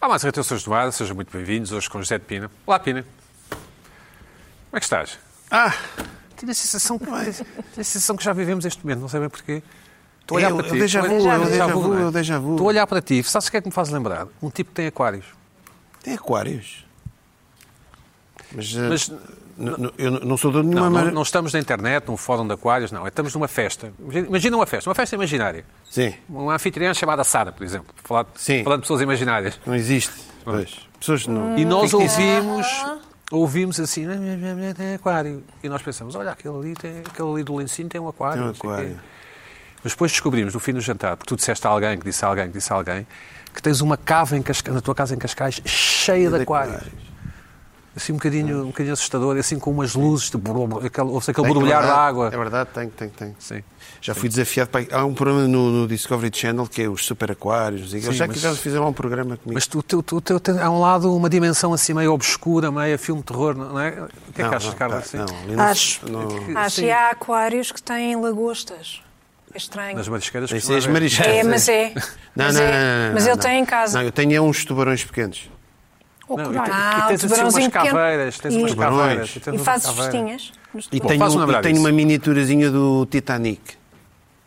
Há mais retenções do ar, sejam muito bem-vindos hoje com José de Pina. Olá, Pina. Como é que estás? Ah, Tenho a sensação que, tenho a sensação que já vivemos este momento, não sei bem porquê. Estou É, é o déjà estou a- vu, é o Déjà déjà vu, vu, não é o déjà vu. Estou a olhar para ti, sabes o que é que me faz lembrar? Um tipo que tem aquários. tem aquários. Mas, eh, Mas- n- n- eu n- não sou dono de Não, nenhuma não, mar... não estamos na internet, num fórum de aquários, não. Estamos numa festa. Imagina uma festa, uma festa imaginária. Sim, Uma anfitriã chamada Sara, por exemplo. Falar, Sim. Falando de pessoas imaginárias. não existe. Pois. Pessoas Hum, não. E nós ouvimos, ouvimos assim, "Ah, minha, minha mulher tem aquário. E nós pensamos, olha, aquele ali, tem, aquele ali do lencinho tem um aquário. Tem um não sei o aquário. quê." Mas depois descobrimos, no fim do jantar, porque tu disseste a alguém, que disse a alguém, que disse a alguém, que tens uma cava em Casca- na tua casa em Cascais cheia de aquários. Assim um bocadinho, um bocadinho assustador, assim com umas luzes, de brum, brum, aquele, ouve-se aquele Tem, borbulhar é de verdade, água. É verdade, tem, tem, tem. Sim. Já fui desafiado. Para... Há um programa no, no Discovery Channel que é os super aquários. não sei o quê. Eles Sim, já mas- quiseram fizeram lá um programa comigo. Mas tu, tu, tu, tu, tu- há um lado uma dimensão assim meio obscura, meio filme de terror, não é? O que é não, que achas, não, Carla? ah, assim? não, ali não- Acho. não- Que- Ah, sim, e há aquários que têm lagostas. É estranho. Nas marisqueiras Tem que ser costuma as haver. mariscas. É, mas é. Não, mas não, é. não, não, não, mas não, eu não. tenho em casa. Oh, Não, eu tenho é uns tubarões pequenos. Ou Não, e colar. tem- e tens o assim umas tubarãozinho pequeno. caveiras, tens e, umas caveiras. Tubarões. tens e umas fazes caveiras. festinhas. nos E tubarões. tenho, um- faz-me lembrar e tenho disso. uma miniaturazinha do Titanic.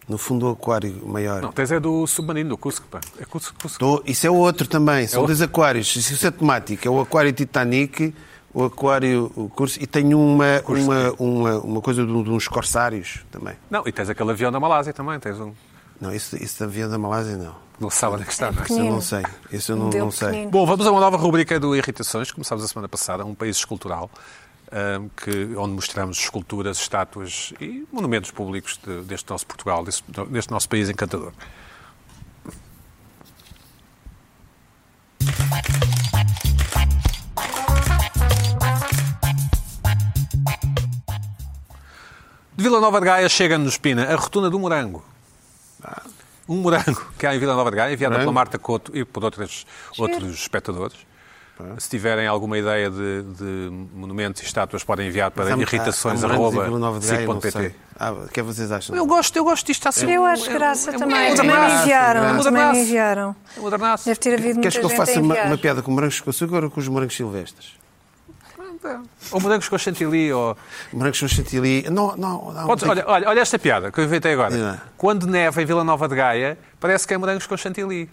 No fundo do aquário maior. Não, tens é do submarino, do Cusco, pá. É Cusco, Cusco. Tô- isso é outro também, são outro? dois aquários. Isso isso é temática. É o aquário Titanic, o aquário o curso, e tenho uma, uma, uma, uma coisa de, um- de uns corsários também. Não, e tens aquele avião da Malásia também, tens um... Não, isso, isso da Via da Malásia não. Não sabe onde é que está, não é? Isso eu não Pequenino. sei. Isso eu não, Modelo não sei. pequenino. Bom, vamos a uma nova rubrica do Irritações, que começámos a semana passada, um país escultural, ahm, que, onde mostramos esculturas, estátuas e monumentos públicos de- deste nosso Portugal, desse- deste nosso país encantador. De Vila Nova de Gaia chega-nos, Pina, a rotunda do morango. Um morango que há em Vila Nova de Gaia, enviada pela Marta Couto e por outras, outros espectadores. Se tiverem alguma ideia de, de monumentos e estátuas, podem enviar para Há- um há- há morangos em Vila Nova de Gaia, não sei. irritações.pt. Ah, O que é que vocês acham? Eu gosto, eu gosto disto. Está a ser Eu um- acho é um- graça é um também. modernaço, também me enviaram. é um Também me modernaço. enviaram. É um modernaço. Deve ter havido muita Queres que eu gente a faça uma, enviar. uma piada com morangos com açúcar ou com os morangos silvestres? Ou morangos com chantilly, ou... Morangos com chantilly. Não, não, não. Podes- olha, olha, olha esta piada que eu inventei agora. Diz lá. Quando neva em Vila Nova de Gaia, parece que é morangos com chantilly.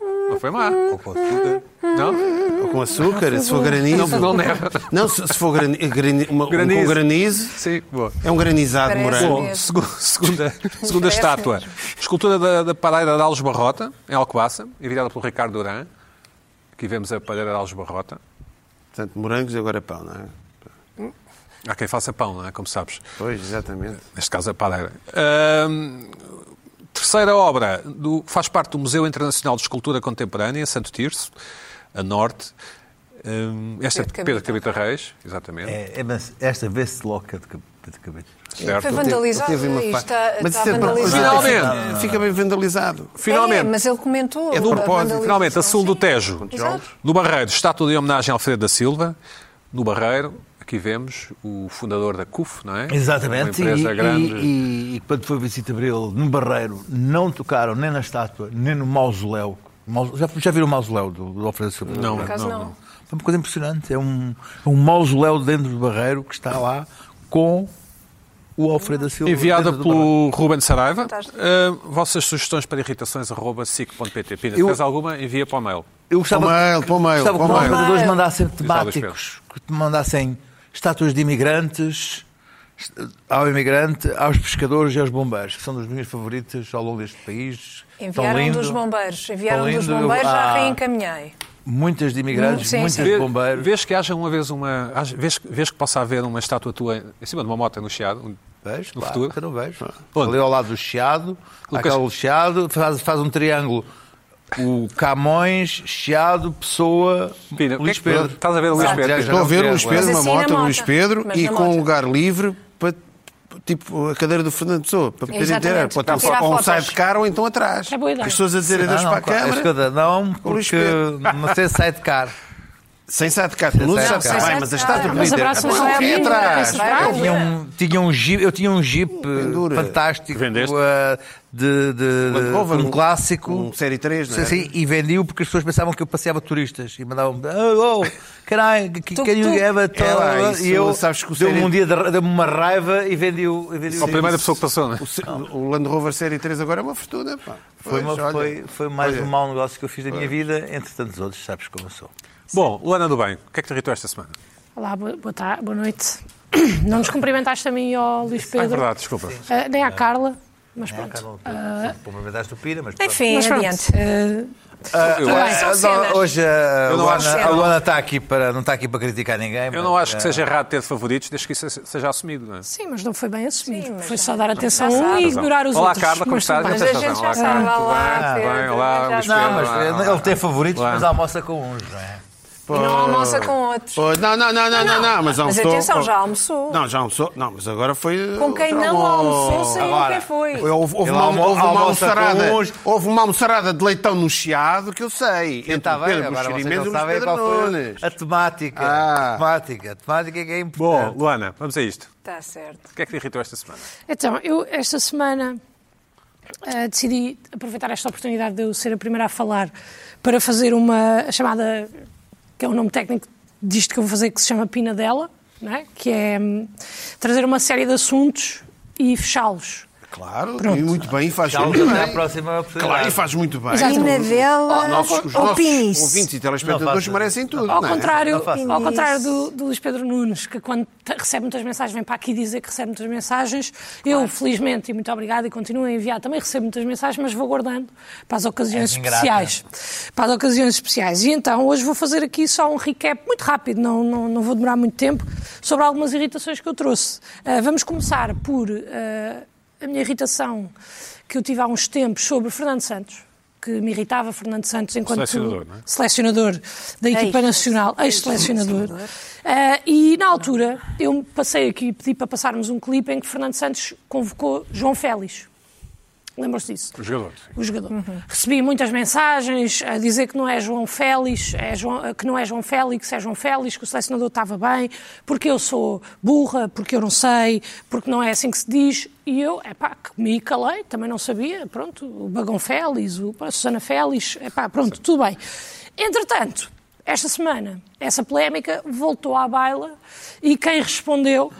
Não foi má. Ou com açúcar. Não? Ou Hum, com açúcar, se for granizo. Não, não neva. Não, se, se for grani, grani, uma- um Granizo. com granizo, Sim, boa. é um granizado de Parece morango. mesmo. Segu- segunda segunda Parece estátua. Escultura da, da Pareira de Alves Barrota, em Alcobaça, enviada pelo Ricardo Duran. Aqui vemos a Pareira de Alves Barrota. Portanto, morangos e agora pão, não é? Há quem faça pão, não é? Como sabes. Pois, exatamente. Neste caso, a Pareira. Ahm, terceira obra do, faz parte do Museu Internacional de Escultura Contemporânea, em Santo Tirso, a Norte. Ahm, esta é de Pedro Pedro Cabrita Cabita Reis, exatamente. É, é, mas esta vez se loca de, cab- de cabelo. Certo. Foi vandalizado. Eu tive uma e fa- Está, Mas está isso é para- vandalizado. Finalmente. Fica- Ah. Fica bem vandalizado. É, Finalmente. mas ele É comentou. de a propósito. vandalização. Finalmente, um a sul do Sim. Tejo. Exato. No Barreiro, estátua de homenagem a Alfredo da Silva. No Barreiro, aqui vemos o fundador da CUF, não é? Exatamente. Uma E, empresa grande. e- e- e quando foi visita Abril, no Barreiro, não tocaram nem na estátua, nem no mausoléu. Maus- Já, já viram o mausoléu do, do Alfredo Silva? Não, Por acaso, não, não. não. É uma coisa impressionante. É um, é um mausoléu dentro do Barreiro que está lá com o Alfredo da Silva. Enviada dentro do Barreiro. pelo Ruben Saraiva. Fantástico. Ah, vossas sugestões para irritações, arroba sic.pt. Pina, se Eu- tens alguma, envia para o mail. Eu gostava, Para o mail, para o mail, gostava para o que os mail. organizadores mandassem Luís temáticos, que te mandassem estátuas de imigrantes est- ao imigrante, aos pescadores e aos bombeiros, que são dos meus favoritos ao longo deste país. Tão Enviaram um lindo. dos bombeiros. Enviaram Tão dos lindo. bombeiros, já Ah, reencaminhei. Muitas de imigrantes, Sim, muitas sim. de Vê- bombeiros. Vês que haja uma vez uma. haja- Vês, vês que possa haver uma estátua tua em- em cima de uma moto no Chiado? um- Vejo, no claro, futuro? que eu não vejo. Ah. Onde? Ali ao lado do Chiado, Lucas- aquele Chiado, faz, faz um triângulo. O Camões, Chiado, Pessoa, Pina, Luís o que é que- Pedro. estás a ver o Luís Ah, Pedro? já- já Estou Estão a não ver o quero, Luís é. Pedro, Mas uma assim na moto do moto. Luís Pedro Mas e na com um moto. lugar livre para, tipo, a cadeira do Fernando Pessoa, para poder Exatamente, entrar. Pode para tirar ter ou um fotos. sidecar ou então atrás. É boa ideia. As pessoas a dizerem Não, Deus não, para a claro, câmara. escuta, não, Luís porque não sei sai de carro. Sem sidecar, tu não Sem sabes sidecar. bem, Sem mas a sidecar. estátua do Mas líder. abraçam pá, só não, a é fui líder, atrás. abraçam só a Eu tinha um, tinha um Jeep, eu tinha um Jeep eh, pendura. fantástico, Vendeste? eh, de, de- Land Rover, um, um- clássico. um Série 3, não Sim, era? sim, e vendi-o porque as pessoas pensavam que eu passeava turistas e mandavam-me, oh, oh can, I, Tuk, can you tuk. give a to-" É lá, isso, E eu, sabes que o deu-me Série- um dia, de- deu-me uma raiva e vendi-o. E vendi A primeira pessoa que passou, não é? O se- O Land Rover Série 3 agora é uma fortuna. pá. Foi, uma- Pois, olha. foi, foi mais Olha, um mau negócio que eu fiz da minha vida, entre tantos outros, sabes como eu sou. Bom, Luana do Bem, o que é que te irritou esta semana? Olá, boa, boa tarde, boa noite. Não nos cumprimentaste a mim e ao Luís Ah, é Pedro, verdade, desculpa. Ah, nem à Carla, mas pronto. Complementaste o Pira, mas Enfim, Mas pronto. adiante. Ah, Eu, Vai. acho- são Ah, cenas. não, Hoje a Eu não Luana, acho a cena. Luana está aqui para, não está aqui para criticar ninguém. eu mas, não acho que eh, seja errado ter favoritos, desde que isso seja assumido, não é? sim, mas não foi bem assumido. Sim, mas foi já- só dar atenção a já um sabe. e ignorar os Olá, outros. Carla, como Mas estás? pronto. Mas a gente já Olá, sabe lá, Tudo bem, Pedro, olá, já Luís Pedro. sabe. Não, mas eh, olá, ele tem favoritos, Luana. mas almoça com uns, não é? E não almoça com outros. Pô, não, não, não, não, não, não, mas almoçou. atenção, já almoçou. Não, já almoçou. Não, mas agora foi. um Com quem outro não um almoço. almoçou, saiu Agora. quem foi. Houve, houve Ele uma, almo- houve uma almoça almoçarada. com uns. Houve uma almoçarada de leitão no chiado que eu sei. Entre Está o tá bem, Pedro agora vocês Buxerimentos e o não Luís sabem Pedro qual foi Nunes. a temática. Ah. A temática, a temática é que é Bom, importante. Luana, vamos a isto. Está certo. O que é que te irritou esta semana? Então, eu esta semana ah, decidi aproveitar esta oportunidade de eu ser a primeira a falar para fazer uma chamada, que é o nome técnico disto que eu vou fazer, que se chama Pina Dela, não é? que é hum, trazer uma série de assuntos e fechá-los. Claro, Pronto. e muito bem, e faz Já muito vamos até à bem. próxima oportunidade. Claro, e faz muito bem. Exato. Pina dela Nossos- os ou nossos Pinis? ouvintes e telespectadores Não faças. merecem tudo. Ao não é? contrário, Não faço. ao contrário do, do Luís Pedro Nunes, que quando te- recebe muitas mensagens, vem para aqui dizer que recebe muitas mensagens. Eu, felizmente, e muito obrigada, e continuo a enviar, também recebo muitas mensagens, mas vou guardando para as ocasiões És ingrata. especiais. Para as ocasiões especiais. E então, hoje vou fazer aqui só um recap, muito rápido, não, não, não vou demorar muito tempo, sobre algumas irritações que eu trouxe. Ah, vamos começar por ah, a minha irritação que eu tive há uns tempos sobre Fernando Santos. Que me irritava Fernando Santos enquanto Selecionador, não é? selecionador da É equipa Ex- nacional, ex-selecionador. Ah, e na altura eu passei aqui e pedi para passarmos um clipe em que Fernando Santos convocou João Félix. Lembram-se disso? O jogador. sim. O jogador. Recebi muitas mensagens a dizer que não é João Félix, é João- que não é João Félix, é João Félix, que o selecionador estava bem, porque eu sou burra, porque eu não sei, porque não é assim que se diz. E eu, epá, que me calei, também não sabia, pronto, o Bagão Félix, o, a Susana Félix, epá, pronto, tudo bem. Entretanto, esta semana, essa polémica voltou à baila e quem respondeu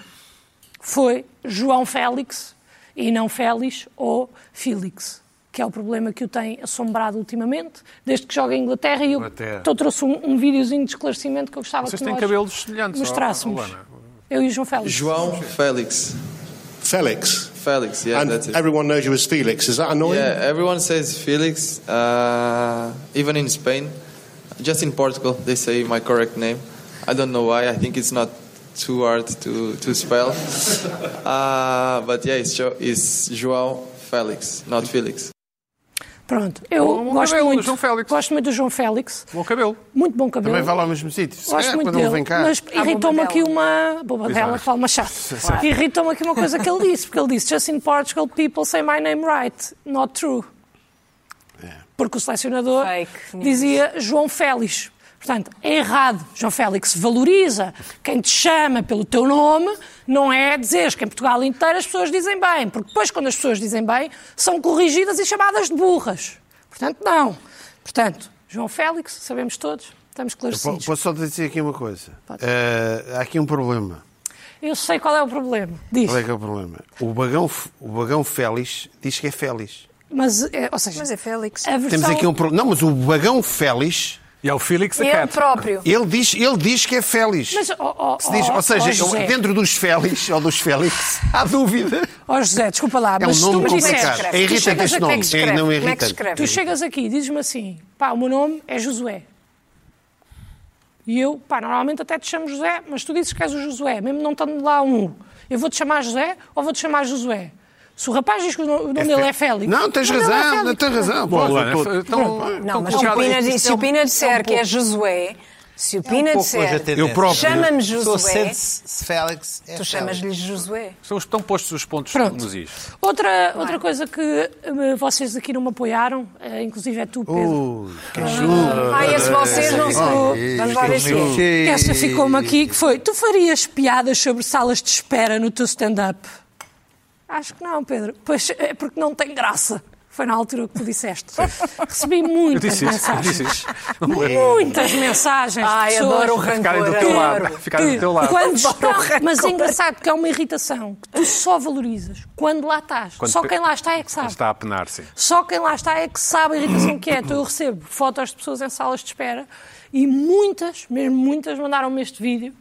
foi João Félix e não Félix ou Félix, que é o problema que o tem assombrado ultimamente, desde que joga em Inglaterra. E eu Inglaterra. tô- trouxe um, um videozinho de esclarecimento que eu gostava Vocês que têm nós cabelos semelhantes. ó- ó, mostrássemos. Luana. Eu e o João Félix. João Felix. Felix. Felix, yeah, and that's it. everyone knows you as Felix. Is that annoying? yeah, everyone says Felix, uh, even in Spain. Just in Portugal, they say my correct name. I don't know why, I think it's not too hard to, to spell. uh, but yeah, it's, jo- it's João Felix, not Felix. Pronto, eu Bom, bom gosto, cabelo do muito, João Félix. gosto muito do João Félix, Bom cabelo. muito bom cabelo. Também vai lá ao mesmo sítio. Se Gosto calhar, muito quando ele dele, vem cá. mas irritou-me Ah, Boba aqui Dela. uma... Boba dela, Paulo Machado. Irritou-me aqui uma coisa que ele disse, porque ele disse Just in Portugal people say my name right, not true. É. Porque o selecionador Fake news. dizia João Félix. Portanto, é errado. João Félix valoriza quem te chama pelo teu nome, não é dizeres que em Portugal inteiro as pessoas dizem bem, porque depois, quando as pessoas dizem bem, são corrigidas e chamadas de burras. Portanto, não. Portanto, João Félix, sabemos todos, estamos Po- esclarecidos. Posso só dizer aqui uma coisa? Pode. Eh, há aqui um problema. Eu sei qual é o problema. Diz. Qual é que é o problema? O Bagão, F- o bagão Félix diz que é Félix. Mas, é, ou seja, Mas é Félix. a versão... Temos aqui um problema. Não, mas o Bagão Félix, E é o Félix a Ele Cat. próprio. ele diz, ele diz que é Félix. Mas, ó, ó, Se diz- ó, ou seja, é um ó, José. dentro dos Félix ou dos Félix, há dúvida. Ó José, desculpa lá, É um mas se tu nome me complicado. disseres... escreve? É tu irritante chegas este aqui- nome. que é que É, não é escreve? Como é que irritante. escreve? Tu chegas aqui e dizes-me assim, pá, o meu nome é Josué. E eu, pá, normalmente até te chamo José, mas tu dizes que és o Josué, mesmo não estando lá um. Eu vou-te chamar José ou vou-te chamar Josué? Se o rapaz diz que o no- o nome dele é Félix... Não, tens o nome dele é razão, não Félix. tens razão. Bom, Pois, Luana, eu tô- então, Não, então mas colocado se o Pina isto- diz- se o Pina disser que é Josué, Se o É um Pina pouco hoje a disser, tendência. Eu próprio. chama-me A pessoa Josué, sente-se Félix. é tu Félix. chamas-lhe Josué. São, estão postos os pontos Pronto. nos is. Outra, outra coisa que eh, vocês aqui não me apoiaram, eh, inclusive é tu, Oh, Pedro. Ah, esse vocês não são. Vamos lá ver se é. Essa ficou-me aqui, que foi, tu farias piadas sobre salas de espera no teu stand-up? Acho que não, Pedro. Pois é porque não tem graça. Foi na altura que tu disseste. Recebi muitas Eu disse isso, eu mensagens. disse isso. Muitas mensagens. de Ai, pessoas adoro o Ficarem do rancor. teu adoro. lado. Ficarem do que teu lado. Quando está, mas é engraçado porque é uma irritação que tu só valorizas quando lá estás. Quando só pe- quem lá está é que sabe. Está a penar, sim. Só quem lá está é que sabe a irritação que é. Então eu recebo fotos de pessoas em salas de espera e muitas, mesmo muitas, mandaram-me este vídeo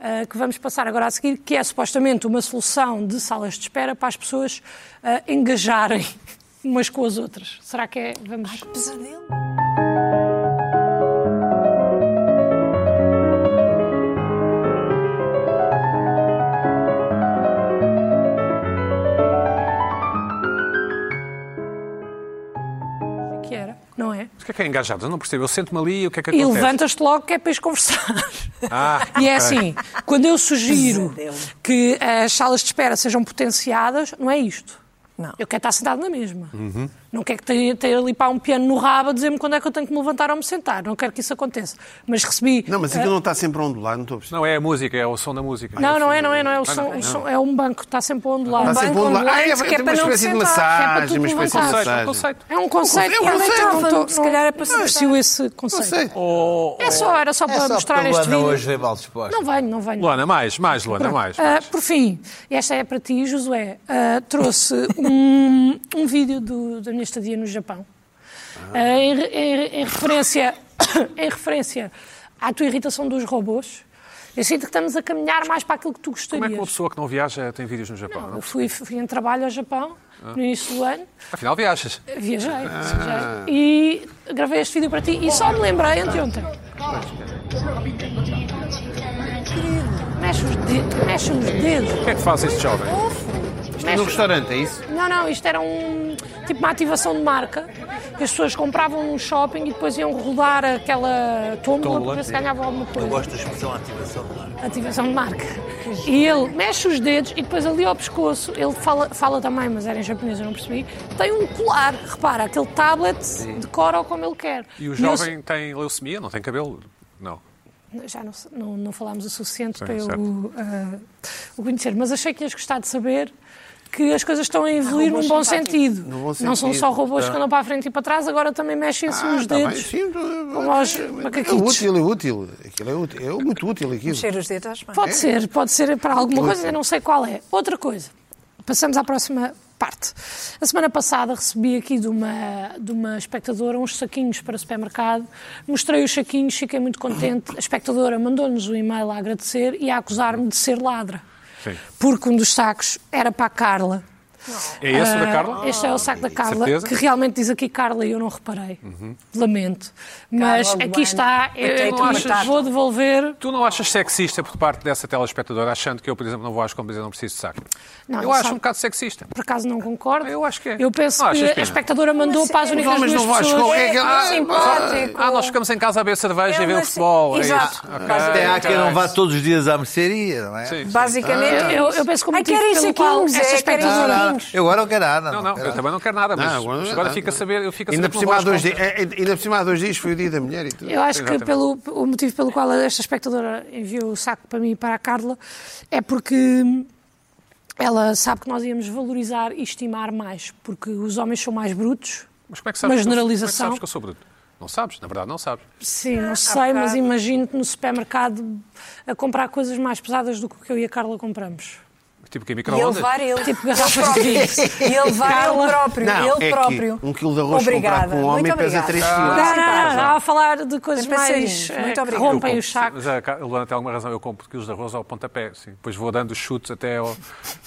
ah, que vamos passar agora a seguir, que é supostamente uma solução de salas de espera para as pessoas ah, engajarem umas com as outras. Será que é? Vamos. Pesadelo. que era? Não é? Mas O que é que é engajado? Eu não percebo. Eu sento-me ali e o que é que E acontece? levantas-te logo que é para ires conversar. Ah, E é assim, quando eu sugiro Pesadelo. que as salas de espera sejam potenciadas, não é isto. Não. Eu quero estar sentado na mesma. Não quero que tenha, ter ali para um piano no rabo a dizer-me quando é que eu tenho que me levantar ou me sentar. Não quero que isso aconteça. Mas recebi. Não, mas aquilo não está sempre a ondular, não estou a perceber. Não, é a música, é o som da música. Não, não é, não é, não é. O Ah, som, não. o som- é um banco, está sempre a ondular. Está Um sempre a banco ondular. Ah, é, ondulante que tem uma para não te espécie de sentar, que é para massagem, tu uma te espécie de Conceito, um massagem. levantares. conceito. É um conceito. Eu Eu não conceito. estou- não- Se calhar é para não aprecio esse Não conceito. sei. Oh, É só, era só para É só mostrar porque a este Luana vídeo. hoje veio mal disposta. Não venho, não venho. Luana, mais, mais, Luana, Pronto. mais. Ah, mais. por fim, esta é para ti, Josué. Ah, trouxe um, um vídeo do- da minha estadia no Japão. Ah, em, re- em re- em referência, em referência à tua irritação dos robôs, eu sinto que estamos a caminhar mais para aquilo que tu Como é gostarias. que uma pessoa que não viaja tem vídeos no Japão? Eu fui, fui em trabalho ao Japão Ah. no início do ano, Afinal, viajas. viajei, Ah. viajei e gravei este vídeo para ti e só me lembrei anteontem. Mexe os dedos, mexe os dedos. O que é que faz este jovem? No Mexe- restaurante, é isso? Não, não, isto era um tipo uma ativação de marca que as pessoas compravam num shopping e depois iam rodar aquela tómbola para ver se ganhavam alguma coisa. Eu gosto da expressão ativação do ar. Ativação de marca. E ele mexe os dedos e depois ali ao pescoço, ele fala, fala também, mas era em japonês, eu não percebi, tem um colar, repara, aquele tablet decora ou como ele quer. E o eu- jovem tem leucemia? Não tem cabelo? Não. já não, não, não falámos o suficiente para eu certo. ah, o conhecer, mas achei que ias gostar de saber que as coisas estão a evoluir num bom sentido. bom Não são sentido, só robôs tá. que andam para a frente e para trás, agora também mexem-se uns tá bem, dedos. sim, como aos é macaquitos. útil, é útil. Aquilo é útil. É muito útil aquilo. Mexer os dedos às mãos. É? Pode ser, pode ser para alguma coisa, eu não sei qual é. Outra coisa, passamos à próxima parte. A semana passada recebi aqui de uma, de uma espectadora uns saquinhos para o supermercado, mostrei os saquinhos, fiquei muito contente. A espectadora mandou-nos um e-mail a agradecer e a acusar-me de ser ladra. Sim. Porque um dos sacos era para a Carla. É esse o da Ah, Carla? Este é o saco da Carla, Certeza? Uhum. que realmente diz aqui Carla e eu não reparei. Lamento. Mas Carla, aqui está, eu, Luana, eu potato, batata. vou devolver. Tu não achas sexista por parte dessa telespectadora, achando que eu, por exemplo, não vou às compras e não preciso de saco? Não, eu acho sabe- um bocado sexista. por acaso não concordo. Eu acho que é. Eu penso Não achas que a pena? espectadora mandou para as únicas mas duas não vais pessoas. com- é aquele- Ah, Ah, simpático. Ah, nós ficamos em casa a beber cerveja É e ver uma o futebol. se- é Exato. isso. Até há quem não Ok. vá todos os dias à mercearia, não é? Então é Sim. Basicamente. Eu, eu penso que o Ai, motivo querem pelo qual saquinhos, essa é, querem espectadora... Sim. Não, não, Tá. eu agora não quero nada. Não, não, quero eu nada. também não quero nada, mas, Não, agora- mas agora fica a saber, eu fico a saber Ainda que por não cima vou há às dois dias. compras. é- é- Ainda por cima há dois dias foi o dia da mulher e tudo. Eu acho que Exatamente. pelo, o motivo pelo qual esta espectadora enviou o saco para mim e para a Carla é porque hum, ela sabe que nós íamos valorizar e estimar mais, porque os homens são mais brutos. Mas como é que Uma sabes? que eu- generalização. Como é que sabes que eu sou bruto? Não sabes, na verdade não sabes. Sim, não sei, mas imagino-te no supermercado a comprar coisas mais pesadas do que eu e a Carla compramos. Tipo que é E ele micro-ondas. levar ele. Tipo garrafas de vinho. E ele vai ele próprio. Não, ele é que próprio. um quilo de arroz obrigada. comprado por um homem Muito pesa obrigada. três Ah, quilos. Não, não, não, simpático. estava a falar de coisas Tem mais passarinhos. eh, Muito que obrigada. rompem Eu os sacos. Mas a Ca- a Luana tem alguma razão, eu compro quilos de arroz ao pontapé, sim. Depois vou dando os chutes até, ao-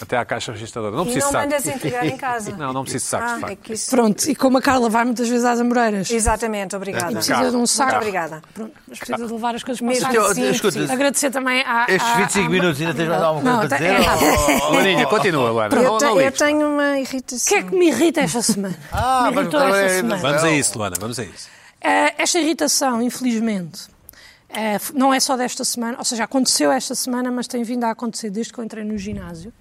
até à caixa registradora. Não E preciso não de saco. mandas entregar em casa. Não, não preciso de saco, de Ah, é facto. que isso... Pronto, e como a Carla vai muitas vezes às Amoreiras, Exatamente, obrigada. precisa de um saco. Muito obrigada. Pronto, mas precisa de levar as coisas para o Mesmo saco. Então, assim, escuta, sim. Agradecer também à. Estes à- 25 à- minutos ainda tens mais alguma coisa Não, para tem- dizer? Oh. é- ou- ou- Luaninha, continua, Luana. Eu, Não, te- não eu ligues. tenho uma O que irritação. é que me irrita esta semana? Ah, me mas irritou também- esta semana. Vamos a isso, Luana, vamos a isso. Eh, esta irritação, infelizmente, eh, Eh, f- não é só desta semana, ou seja, aconteceu esta semana, mas tem vindo a acontecer desde que eu entrei no ginásio.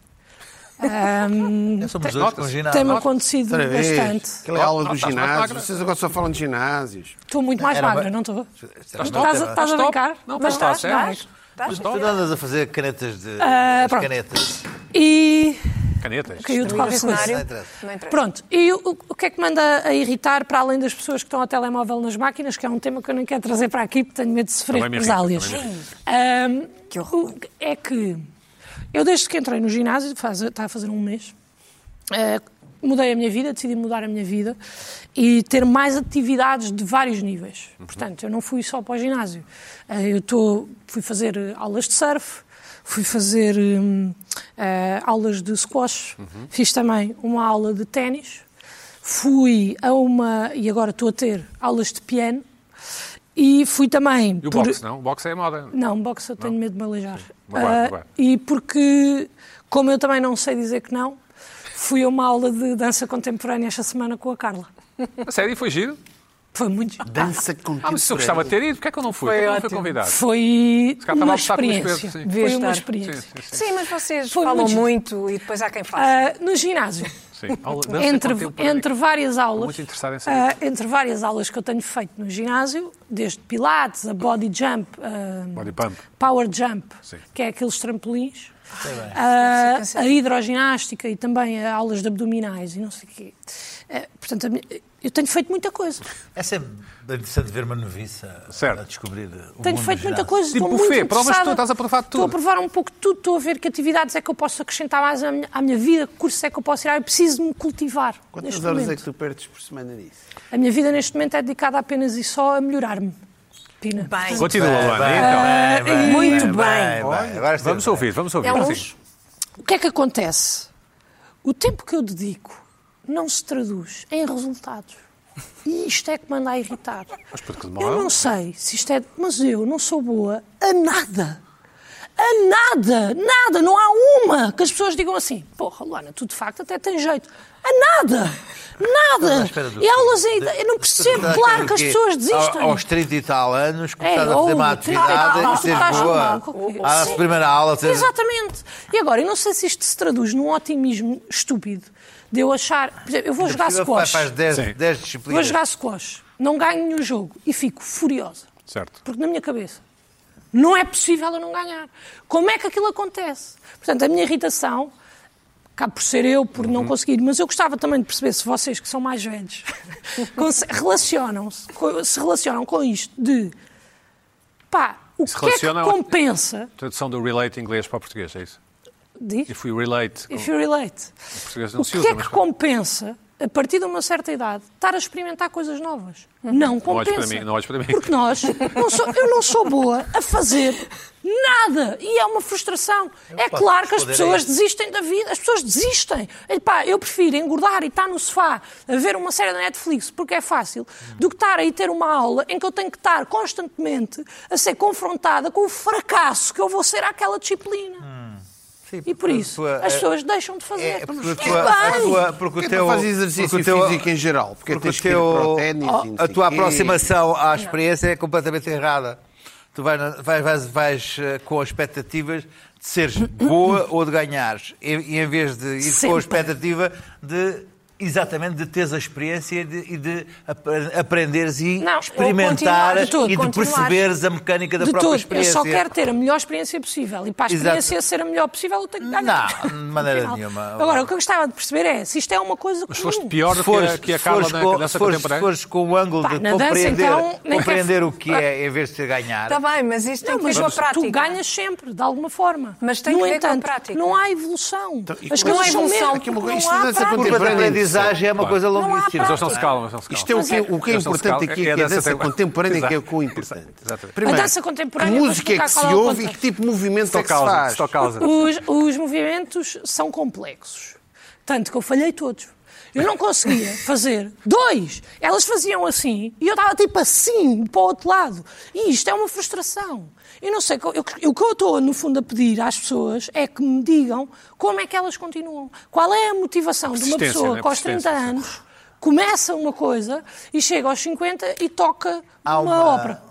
É, somos dois com ginásio. Tem-me acontecido Outra vez. bastante. Aquela é a aula Não, do estás mais ginásio. magra. Vocês agora só falam de ginásios. Estou muito mais Era magra, bem- não estou? Estás Não, estás a- top, estás a Estás top. brincar? Não, Mas estás estás, é, certo. estás? Estás? Tu andas a fazer canetas de. Ah, as pronto. canetas. é? E Canetas. caiu de é Não qualquer coisa. interessa. interessa. Não interessa. Pronto, e o, o que é que me anda a irritar para além das pessoas que estão ao telemóvel nas máquinas, que é um tema que eu nem quero trazer para aqui porque tenho medo de sofrer Também me irrita, represálias. também me Ahm, Que horror. o que É que eu desde que entrei no ginásio, faz- está a fazer um mês, eh, mudei a minha vida, decidi mudar a minha vida e ter mais atividades de vários níveis. Uhum. Portanto, eu não fui só para o ginásio. Eh, eu tô, fui fazer eh, aulas de surf, fui fazer hum, eh, aulas de squash, Uhum. fiz também uma aula de ténis, fui a uma, e agora estou a ter, aulas de piano. E fui também. E o por- boxe, não? O boxe é moda. não, boxe eu tenho medo de me aleijar. Não vai, não Ah, vai. E porque, como eu também não sei dizer que não, fui a uma aula de dança contemporânea esta semana com a Carla. A série foi giro. Foi muito. Dança com Ah, mas se eu gostava de ter ido, porquê é que eu não fui? Porquê Foi que eu não fui ótimo. convidado? Foi calhar estava a lutar uma com o espelho, sim. experiência. Foi Devias uma estar. experiência. Sim, sim, sim. Sim, mas vocês Foi falam muito- muito e depois há quem faça. Ah, no ginásio, sim. Aula- dança entre, contemporânea. entre várias aulas, muito interessado em ah, saber. entre várias aulas que eu tenho feito no ginásio, desde pilates, a body jump, ah, Body pump. power jump, Sim. que é aqueles trampolins, ah, a hidroginástica e também a aulas de abdominais e não sei o quê. Ah, portanto, a minha- eu tenho feito muita coisa. É sempre interessante ver uma noviça Certo. a descobrir o Tenho mundo feito do muita ginásio. coisa. Tipo estou muito buffet, provas interessada. tudo, estás a provar tudo. Estou a provar um pouco de tudo, estou a ver que atividades é que eu posso acrescentar mais à minha, à minha vida, que cursos é que eu posso tirar. Eu preciso de me cultivar Quantas neste horas momento. é que tu perdes por semana nisso? A minha vida neste momento é dedicada apenas e só a melhorar-me. Pina. Bem, Continua, Bem, Luana. bem, então. Ah, bem, bem, muito bem. Agora estás Vamos bem. ouvir, vamos ouvir. É um- Sim. O que é que acontece? O tempo que eu dedico não se traduz em resultados. E isto é que me anda a irritar. porque demora. Eu não sei se isto é. Mas eu não sou boa a nada. A nada, nada, não há uma que as pessoas digam assim: porra, Luana, tu de facto até tens jeito. A nada, nada. espera do E quê? aulas ainda. Eu não percebo, claro que as pessoas desistem. Ao- Aos 30 e tal anos, É, começaste a fazer ou um uma 30 e tal, atividade e tu seres estás boa. mal, qualquer coisa. À Sim. primeira aula, seres Exatamente. E agora, eu não sei se isto se traduz num otimismo estúpido de eu achar. Por exemplo, eu vou jogar Faz- squash. Faz Sim. 10 10 Vou disciplinas. jogar squash. Não ganho nenhum jogo e fico furiosa. Certo. Porque na minha cabeça não é possível eu não ganhar. Como é que aquilo acontece? Portanto, a minha irritação. Cá por ser eu, por não conseguir, mas eu gostava também de perceber se vocês que são mais velhos conse- relacionam-se, co- se relacionam com isto de pá, o Se que é que relacionam- compensa? Tradução do relate inglês para português, é isso? Diz? If we relate. If you relate. português não O se que usa, é mas que pronto. compensa, a partir de uma certa idade, estar a experimentar coisas novas? Não olhes compensa. para mim, não olhes para mim. Porque nós, não sou- eu não sou boa a fazer nada. E é uma frustração. é posso claro que as responder a pessoas isso. desistem da vida. As pessoas desistem. Epá, eu prefiro engordar e estar no sofá a ver uma série da Netflix, porque é fácil, do que estar aí ter uma aula em que eu tenho que estar constantemente a ser confrontada com o fracasso que eu vou ser àquela disciplina. Sim, E por porque a isso, tua- as é- pessoas deixam de fazer. é- É, porque a bem. tua- a tua- Porque Porque o é para teu fazer exercício porque o teu- físico em geral. Porque, Porque tens o que ir para o teu, Oh, ténis, e não a sei tua quê. aproximação à experiência é completamente errada. Tu vai, na- vai- vais, vais, eh, com expectativas de seres boa ou de ganhares. E, e em vez de ir com Sempre. a expectativa de exatamente de teres a experiência e de, e de ap- aprenderes e Não, ou experimentares continuar, de tudo, e de continuar. perceberes a mecânica da de própria tudo. Eu experiência. só quero ter a melhor experiência possível. E para a Exato. experiência ser a melhor possível, eu tenho que ganhar. Não, de maneira Afinal. nenhuma. Agora, o que eu gostava de perceber é se isto é uma coisa Mas comum. foste pior do Se que a, fores, que a se Carla fores na com, dança se fores- contemporânea. se fores com o ângulo Pá, de na dança, compreender, então, nem Tá. Então, quero- compreender o que é em vez de ganhar. Está tá bem, mas isto tem Não, que ver mas com a prática. tu ganhas sempre, de alguma forma. Mas tem no que ver com a entanto, prática. não há evolução. Então, e As é como- coisas Não há são evolução, mesmo. porque Aquilo- não isto há deve ser prática. Curva de Contemporâneo. aprendizagem é uma Claro. coisa Não há longuíssima. Mas eles prática. não se calam, eles não se calam. Isto é o que, o que é Eles não se importante calam. aqui, é, que a dança contemporânea que é o que é importante. Exato, exatamente. Primeiro, A dança contemporânea, que para música é que explicar se qual é o ouve e que contexto. tipo de movimento é Só que se faz. causa, só causa. Os, os movimentos são complexos. Tanto que eu falhei todos. Eu não conseguia fazer dois. Elas faziam assim e eu estava tipo assim para o outro lado. E isto é uma frustração. Eu não sei. co- eu- eu- o que eu estou, no fundo, a pedir às pessoas é que me digam como é que elas continuam. Qual é a motivação de uma Persistência, pessoa né? que aos 30 Persistência. anos começa uma coisa e chega aos 50 e toca Há uma uma- ópera.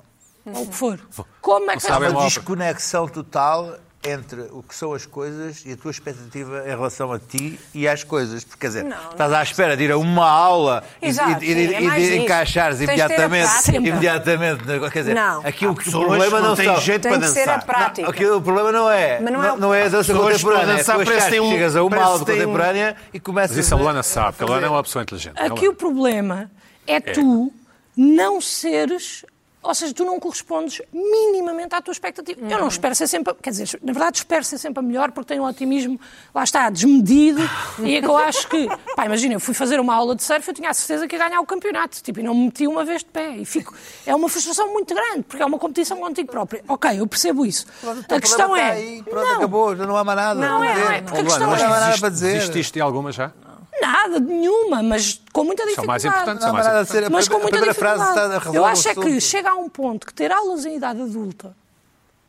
ou o que for. Como é que sabe Há Bem uma logo. desconexão total entre o que são as coisas e a tua expectativa em relação a ti e às coisas. Porque, quer dizer, Não, é estás à espera de ir a uma aula e- Exato, e, e- sim, é e- mais de isso. encaixares Tens de ter a imediatamente. prática. imediatamente na- quer dizer, Não. aquilo Há que o pessoas problema que não, não têm são- jeito Tem para que ser dançar. a prática. Aquilo, o problema não é, Mas não é não, o- não é a dança As pessoas que contemporânea. dançam é tu parecem achares que um- chegas a uma parecem aula de um- contemporânea e começas Mas isso a Luana fazer- sabe, que a Luana é uma pessoa inteligente. Aqui o problema é tu não seres. Ou seja, tu não correspondes minimamente à tua expectativa. Eu Uhum. não espero ser sempre. a- Quer dizer, na verdade, espero ser sempre a melhor porque tenho um otimismo, lá está, desmedido. e é que eu acho que. Pá, imagina, eu fui fazer uma aula de surf, eu tinha a certeza que ia ganhar o campeonato. Tipo, e não me meti uma vez de pé. E fico. É uma frustração muito grande porque é uma competição contigo própria. Ok, eu percebo isso. Pronto, o teu A questão problema é. está aí, ppronto, acabou, já não há mais nada. Não para é, dizer. não é, porque a Luana, questão não há é- mais nada para dizer. Exististe alguma já? Nada, nenhuma, mas com muita São dificuldade. mais importantes, Não Mas há mais nada a dizer. A Mas primeira- com a muita primeira dificuldade. frase está a resolver Eu o acho é que assunto. chega a um ponto que ter aulas em idade adulta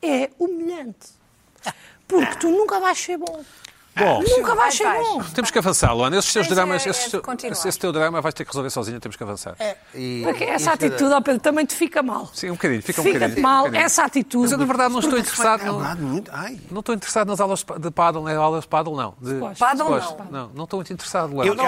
é humilhante. Porque tu nunca vais ser bom. Bom, Nunca vais ser Vais, bom. temos que avançar, Luana. Esses teus Mas é- dramas, é esse, de teu- continuar. esse- esse teu drama vais ter que resolver sozinha, temos que avançar. E- Porque e é essa cada- atitude, ao Pedro, também te fica mal. Sim, um bocadinho, fica um Fica-te bocadinho, um mal bocadinho. essa atitude. Mas eu, na verdade, não estou interessado. Ah, no- muito. Ai. Não estou interessado nas aulas de pa- de paddle, nem aulas de paddle, não. De... Squash. Paddle, não. squash. Não, não estou muito interessado, Luana. Eu, aulas Não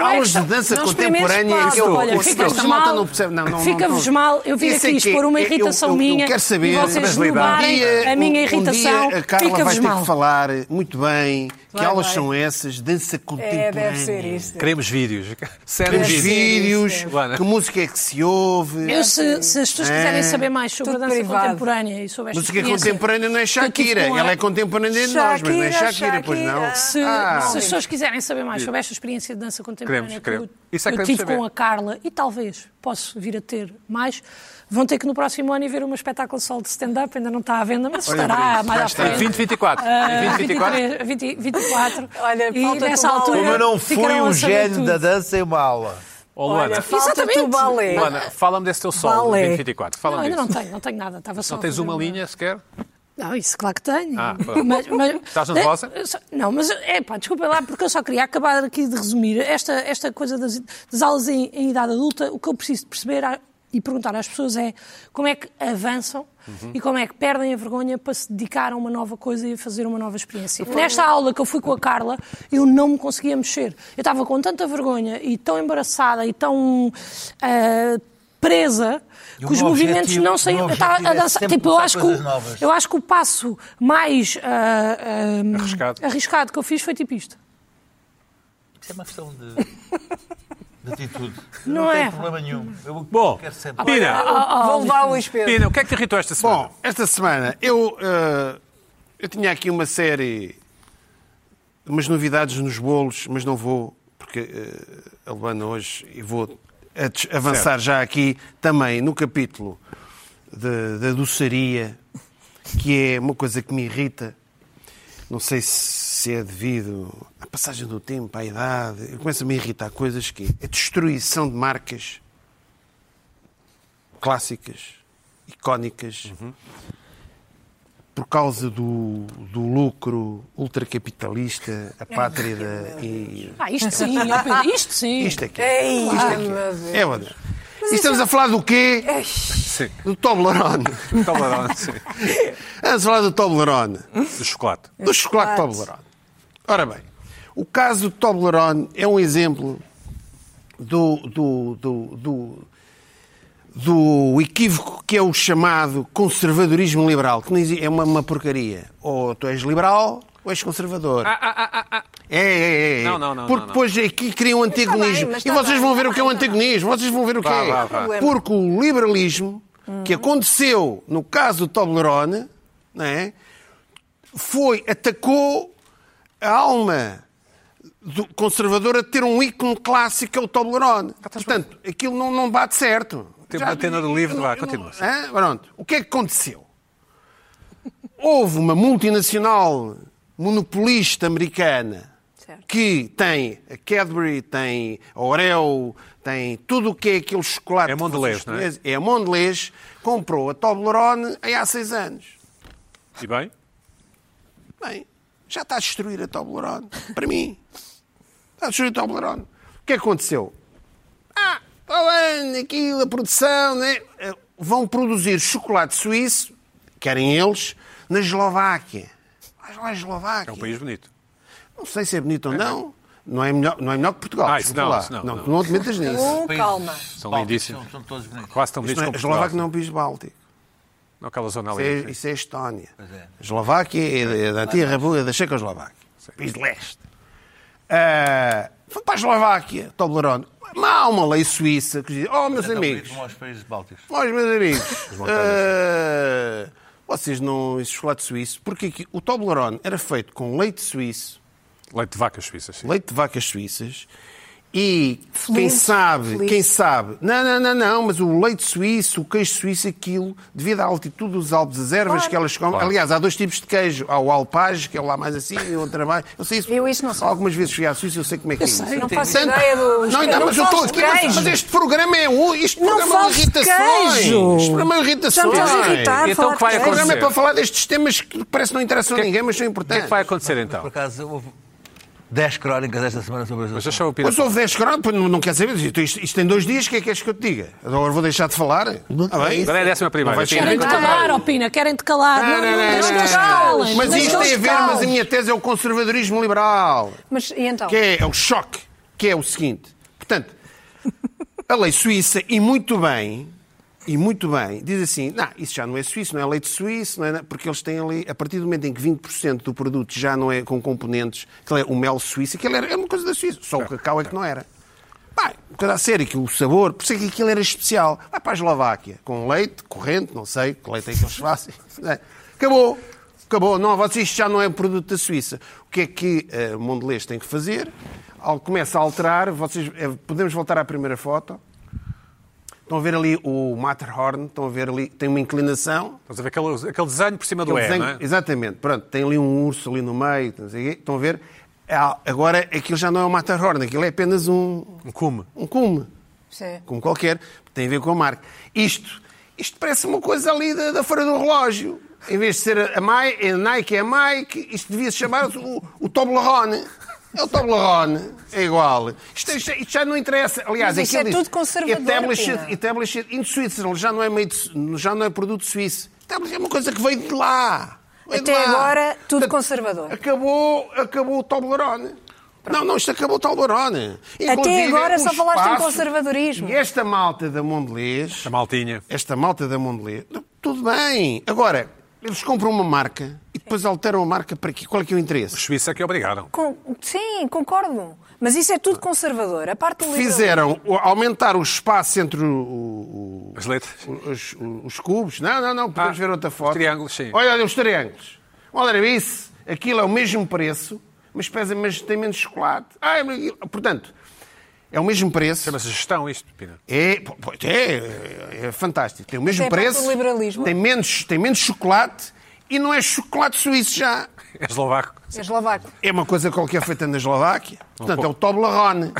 é aulas de questão- dança não contemporânea experimentes que eu paddle, olha, ouço, fica-vos esta malta mal. não percebe. Não, não, Fica-vos não- mal, eu vim Isso é aqui que expor uma é- eu- irritação eu- eu minha quero saber, e vocês mas derrubarem dia- a minha um- irritação. Um dia a Carla vai Fica-vos ter mal. que falar muito bem que Vai, aulas vai. são essas, dança contemporânea. É, deve ser isto. Queremos vídeos. Sério, Temos Deve ser vídeos, isso, Luana. que música é que se ouve. Eu, se, se as pessoas É. quiserem saber mais sobre Tudo a dança privado. contemporânea e sobre esta Música experiência contemporânea não é que eu tive Shakira, com ela é contemporânea de nós, mas não é Shakira, Shakira, pois não. Se, Ah. se as pessoas quiserem saber mais sobre esta experiência de dança contemporânea Queremos, queremos. que eu- Isso é que eu queremos tive saber. com a Carla, e talvez posso vir a ter mais, vão ter que no próximo ano ir ver um espetáculo só de stand-up, ainda não está à venda, mas estará mais à frente. 2024. Ah, 2024. 23, 20, 24. Olha, e falta-te nessa uma aula. altura Como eu não fui ficarão a um saber gênio tudo. da dança em uma aula. Oh, Olha, Luana, falta-te o Exatamente. balé. Luana, fala-me desse teu solo de Balé. 2024. Não, Fala-me ainda não disso. tenho, não tenho nada. Estava só Não a tens fazer uma uma- linha sequer? Não, isso claro que tenho. Ah, pronto. Mas- mas- eh, Estás nervosa? Eu só- Não, mas é pá, desculpa lá, porque eu só queria acabar aqui de resumir esta, esta coisa das, das aulas em, em idade adulta. O que eu preciso de perceber a- e perguntar às pessoas é como é que avançam Uhum. e como é que perdem a vergonha para se dedicar a uma nova coisa e a fazer uma nova experiência. Nesta aula que eu fui com a Carla, eu não me conseguia mexer. Eu estava com tanta vergonha e tão embaraçada e tão. ah, presa, E o que os meu movimentos objetivo- não saíam. o meu Eu estava objetivo a é dançar. sempre Tipo, eu começar acho, que, coisas o- novas. eu acho que o passo mais ah, ah, Arriscado. arriscado que eu fiz foi tipo isto. Isso é uma questão de, de atitude. Eu Não não tenho é. problema nenhum. Eu Bom, quero sempre. Ah, Pina, Vou levar o Luís Pedro. Pina, o que é que te irritou esta semana? Bom, esta semana eu, eh, eu tinha aqui uma série, umas novidades nos bolos, mas não vou, porque eh, a Luana hoje, e vou a des- avançar já aqui também no capítulo de- da doçaria, que é uma coisa que me irrita. Não sei se, se é devido à passagem do tempo, à idade. Eu começo a me irritar coisas que é a destruição de marcas clássicas, icónicas, por causa do, do lucro ultracapitalista, É. apátrida e. Ah, isto sim, ó Pedro, isto sim. Isto aqui. Ei, Isto aqui. É. meu Deus. É, olha. E estamos a falar do quê? Sim. Do Toblerone. Toblerone, sim. Vamos falar do Toblerone. Do chocolate. É do chocolate Toblerone. Ora bem, o caso do Toblerone é um exemplo do, do, do, do, do equívoco que é o chamado conservadorismo liberal, que não exi- é uma, uma porcaria. Ou tu és liberal ou és conservador. Ah, É, é, é, é. Não, não, não, Porque não, não. depois aqui cria um antagonismo. mas e tá vocês bem, vão tá ver o que é um antagonismo, vocês vão ver o que Vá, é. vá, vá. Porque o liberalismo, que aconteceu no caso do Toblerone, não é? foi, atacou a alma do- conservadora de ter um ícone clássico, que é o Toblerone. Portanto, aquilo não, não bate certo. Teve Já- uma tenda do livro, eu vá, não- eu continua. não- Hã? Pronto. O que é que aconteceu? Houve uma multinacional monopolista americana Certo. que tem a Cadbury, tem a Oreo, tem tudo o que é aquele chocolate. É que Mondelez, vocês não é? conhecem. É a Mondelez, comprou a Toblerone aí há seis anos. E bem? um Bem, já está a destruir a Toblerone. Para mim. Está a destruir a Toblerone. oh, O que é que aconteceu? Ah, está bem, aquilo, a produção, né? vão produzir chocolate suíço, querem eles, na Eslováquia. Vais lá à Eslováquia. É um país bonito. Não sei se é bonito ou não. Não é melhor, não é melhor que Portugal. Ah, isso desculpa não, lá. isso não, não. tu não te metas nisso. Um, calma. São Bálticos, lindíssimos. São, são todos bonitos. Quase tão Isto bonitos não é- como Eslováquia Portugal. não é um país báltico. Naquela zona Isso ali. é, sim. isso é Estónia. é. Eslováquia é da- da antiga República da Checoslováquia. é País de leste. Ah, Vou para a Eslováquia, Toblerone. Mas Há uma lei suíça que diz: Oh, meus É tão bonito amigos, como aos países bálticos. ó, meus amigos, ah, vocês não. Esse chocolate suíço, porque aqui, o Toblerone era feito com leite suíço, Leite de vacas suíças. sim. leite de vacas suíças. E quem Feliz, sabe, feliz. quem sabe, não, não, não, não, mas o leite suíço, o queijo suíço, aquilo, devido à altitude dos Alpes, as ervas Claro. que elas comem. Aliás, há dois tipos de queijo. Há o alpage, que é lá mais assim, e outro mais. Eu sei isso. Eu isso não sei. Algumas vezes fui à Suíça, eu sei como é que é isso. sei, não Portanto, faço ideia dos- Não, eu não, não mas eu faço estou aqui. Mas, queijo. mas este programa é o. Este Não programa é uma faço irritações. queijo. Este programa é irritações. Já me estás a irritar. Então, falar o que vai de Este programa é acontecer? para falar destes temas que parece que não interessam a ninguém, mas O são que é que importantes. vai acontecer Por então? acaso, houve 10 crónicas esta semana sobre as Mas deixa eu opinar. Mas houve 10 graus, não, não quer saber. Isto, isto, isto tem dois dias, o que é que queres que eu te diga? Agora vou deixar de falar? Está bem? Agora é a décima primeira. vai Sim, chegar Querem-te Henrique, calar, opina, querem-te calar. Não, não, não, não, deixa não, que não. te calem, Mas deixa isto que tem a te ver, calem. mas a minha tese é o conservadorismo liberal, Mas e então? que é, é o choque, que é o seguinte. Portanto, a lei suíça, e muito bem, e muito bem, diz assim, não, isso já não é suíço, não é leite suíço, não é, na-", porque eles têm ali, a partir do momento em que 20% do produto já não é com componentes, que é o mel suíço, aquilo era, era uma coisa da Suíça, só o cacau é que não era. Pá, uma coisa a sério, que o sabor, por isso é que aquilo era especial. Vai para a Eslováquia, com leite, corrente, não sei, que leite é que eles fazem. né? Acabou, acabou. Não, vocês isto já não é produto da Suíça. O que é que eh, Mondelez tem que fazer? Al- Começa a alterar, vocês, eh, podemos voltar à primeira foto. Estão a ver ali o Matterhorn, estão a ver ali, tem uma inclinação. Estás a ver aquele, aquele desenho por cima do Aquele E, desenho- não é? Exatamente, pronto, tem ali um urso ali no meio, não sei o quê. estão a ver? Ah, Agora aquilo já não é o Matterhorn, aquilo é apenas um, Um cume. um cume Sim. como qualquer, tem a ver com a marca. Isto, isto parece uma coisa ali da, da fora do relógio. Em vez de ser a, Mai- a Nike é a Mike, isto devia se chamar o, o Toblerone. É o Toblerone, é igual. Isto, isto- isto já não interessa. Aliás, Mas isso aquilo é diz, tudo conservador, Established, Pina. established in Switzerland, já não é, meio de- já não é produto suíço. Established É uma coisa que veio de lá. Veio de Até lá. agora, tudo Portanto, conservador. Acabou, acabou o Toblerone. Não, não, isto acabou o Toblerone. Inclusive, agora só o falaste em espaço- conservadorismo. E esta malta da Mondelez, A maltinha. esta malta da Mondelez, tudo bem. Agora, eles compram uma marca e depois alteram a marca para quê? Qual é que é o Os interesse? suíços é que obrigaram. Com- Sim, concordo. Mas isso é tudo conservador. A parte do livro- Fizeram o- aumentar o espaço entre o- o- As letras. o- os, os cubos. Não, não, não, podemos Ah, ver outra os foto. triângulos, sim. Olha, olha os triângulos. Olha isso, aquilo é o mesmo preço, mas, pesa, mas tem menos chocolate. Ah, é- portanto, é o mesmo preço. Chama-se gestão isto, Pina. É, po- po- é, é fantástico. Tem o mesmo Tem parte preço. do liberalismo. Tem menos, tem menos chocolate e não é chocolate suíço já. É eslovaco. É eslovaco. É uma coisa qualquer feita na Eslováquia. Portanto, é o Toblerone.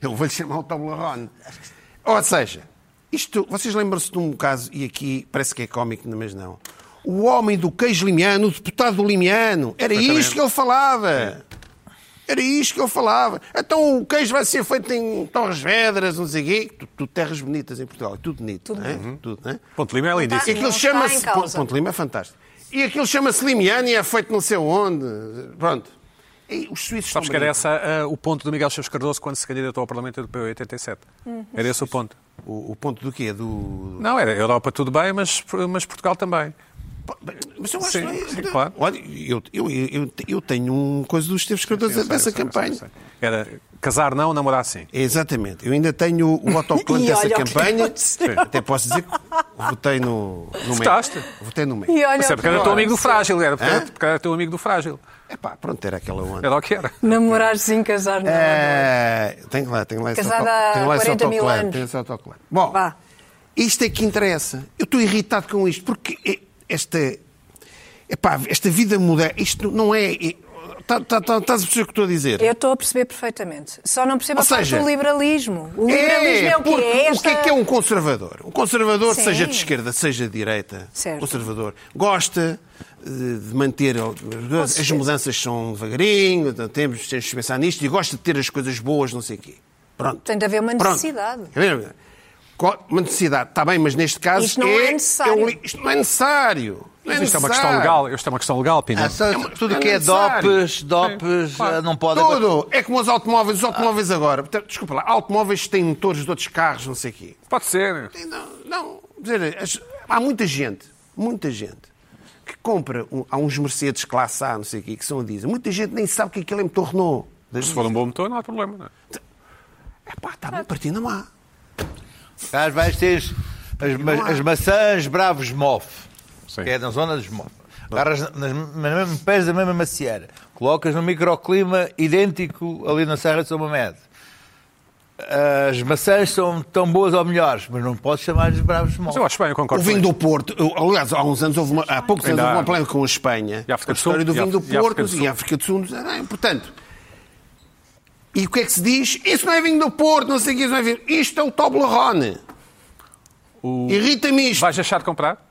Eu vou-lhe chamar o Toblerone. Ou seja, isto, vocês lembram-se de um caso, e aqui parece que é cómico, mas não. O homem do queijo limiano, o deputado do limiano, era Exatamente. isto que ele falava. Era isto que eu falava. Então o queijo vai ser feito em Torres Vedras, não sei o quê. Tudo, tudo terras bonitas em Portugal. Tudo bonito. Tudo, né? tudo né? Ponte Lima é E lindíssimo. aquilo Não está em chama-se. causa. Ponte Lima é fantástico. E aquilo chama-se Limiano e é feito não sei onde. Pronto. E os suíços Sabes que estão era bonitos. esse o ponto do Miguel Chaves Cardoso quando se candidatou ao Parlamento Europeu em 87. Era esse o ponto. O, o ponto do quê? É Do. Não, era Europa tudo bem, mas, mas Portugal também. Mas eu acho Sim, que. é sim, claro. Olha, eu, eu, eu, eu tenho uma coisa dos teus escritores dessa campanha. Era casar não, namorar sim. Exatamente. Eu ainda tenho o autocolante E dessa olha o que campanha. aconteceu. Até posso dizer que votei no, no MEC. Votaste? Votei no MEC. E olha. Mas é o porque que era teu agora. amigo do frágil, era porque Hã? era- porque era teu amigo do frágil. Epá, pronto, era aquela onda. Era o que era. Namorar sem casar, não. É, tem lá, tem lá esse Casada autocolante. Tem lá há esse 40 mil autocolante, anos. Tem esse autocolante. Bom, Vá. isto é que interessa. Eu estou irritado com isto, porque e- esta, epá, esta vida moderna, isto não é... e- tá- tá- tá- Estás a perceber o que estou a dizer? Eu estou a perceber perfeitamente. Só não percebo Ou a parte seja, do liberalismo. O liberalismo é, o que porque é esta... O que é que é um conservador? Um conservador, Sim. seja de esquerda, seja de direita, Certo. conservador, gosta eh, de manter as certeza. mudanças são devagarinho, então temos, temos de pensar nisto e gosta de ter as coisas boas, não sei o quê. Pronto. Tem de haver uma Pronto. necessidade. É mesmo. qual- uma necessidade. Está bem, mas neste caso. Isto não é necessário. um li- isto não é necessário. Não Isto é uma questão legal, isto é uma questão legal, Pina. Ah, só- tudo é o que é necessário. dopes, dopes, ah, não pode... Tudo! É como os automóveis. Os automóveis agora. Portanto, Desculpa lá. Automóveis têm motores de outros carros, não sei o quê. Pode ser. Não, não quer dizer, as- há muita gente, muita gente, que compra. um- há uns Mercedes classe A, não sei o quê, que são a diesel. Muita gente nem sabe que aquilo é motor Renault. Se for um bom motor, não há problema. não é? É pá, está-me partindo a má. Às vezes tens as, ma- as maçãs bravos mof, Sim. que é na zona dos mof. Agarras nas, nos mesmos pés da mesma macieira, colocas num microclima idêntico ali na Serra de São Mamed. As maçãs são tão boas ou melhores, mas não podes chamar-lhes bravos mof. Mas eu acho bem, eu O concordo. com vinho isso. do Porto, eu, aliás, há uns anos houve uma, há poucos anos Ainda houve há. uma polémica com a Espanha, E a África a do Sul, história do e a- vinho do e a África Porto do Sul. e a África do Sul, ah, portanto. E o que é que se diz? Isso não é vinho do Porto, não sei o que, isso não é vinho. Isto é o Toblerone. Irrita-me isto. Vais deixar de comprar?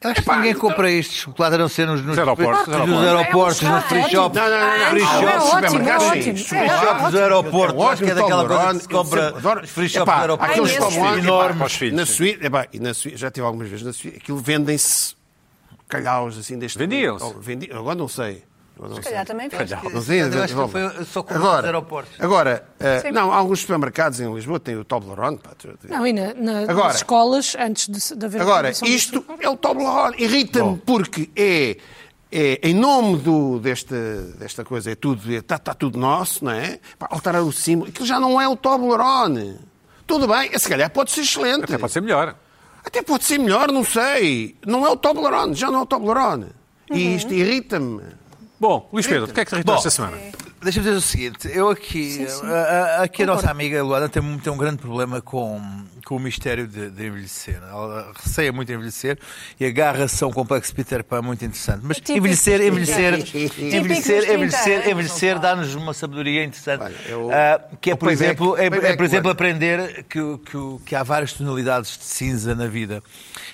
Eu acho que ninguém compra este chocolate a não ser nos, nos, aeroportos, nos aeroportos. aeroportos, É um nos free chocolate. shops. Não, não, não, não. Free shops, Ah, não, é ótimo, é supermercados, ótimo. sim, É Free shops do ótimo. aeroporto, acho que é daquela coisa que se compra. Adoro. Free shops Epá, do aeroporto. Aqueles Ai, Toblerone, imensos. epá, Enormes. Para os filhos, Na sim. Suíça, epá, e na Suíça, já tive algumas vezes na Suíça, aquilo vendem-se calhaus assim deste Vendiam-se. Oh, vendi- Agora não sei. Agora não sei. calhar também vende. Não sei, Eu acho que desenvolve. foi só com os agora, aeroportos. agora eh, Sim. não, há alguns supermercados em Lisboa têm o Toblerone. pá, tu- Não, e na, na- Agora. nas escolas, antes de, de haver a Agora, proibição do isto açúcar. é o Toblerone. Irrita-me porque é, é em nome do, desta, desta coisa, é tudo, está tudo nosso, não é? Pá, alterar o símbolo, aquilo já não é o Toblerone. Tudo bem, se calhar pode ser excelente. Até pode ser melhor. Até pode ser melhor, não sei. Não é o Toblerone, já não é o Toblerone. E isto irrita-me. Bom, Luís Pedro, o que é que te irritou Bom. esta semana? Deixa-me dizer o seguinte, eu aqui, a- a- aqui a nossa amiga Luana tem, um- tem um grande problema com, com o mistério de, de envelhecer. é? Ela receia muito envelhecer e agarra-se a um complexo Peter Pan muito interessante. Mas Típico envelhecer, dos envelhecer, 30 anos. envelhecer, Típico dos 30 envelhecer, envelhecer, anos, não dá-nos uma sabedoria interessante. Olha, é o- Ah, que é, o por payback- exemplo, é, é, payback por exemplo, one. aprender que, o- que, o- que há várias tonalidades de cinza na vida.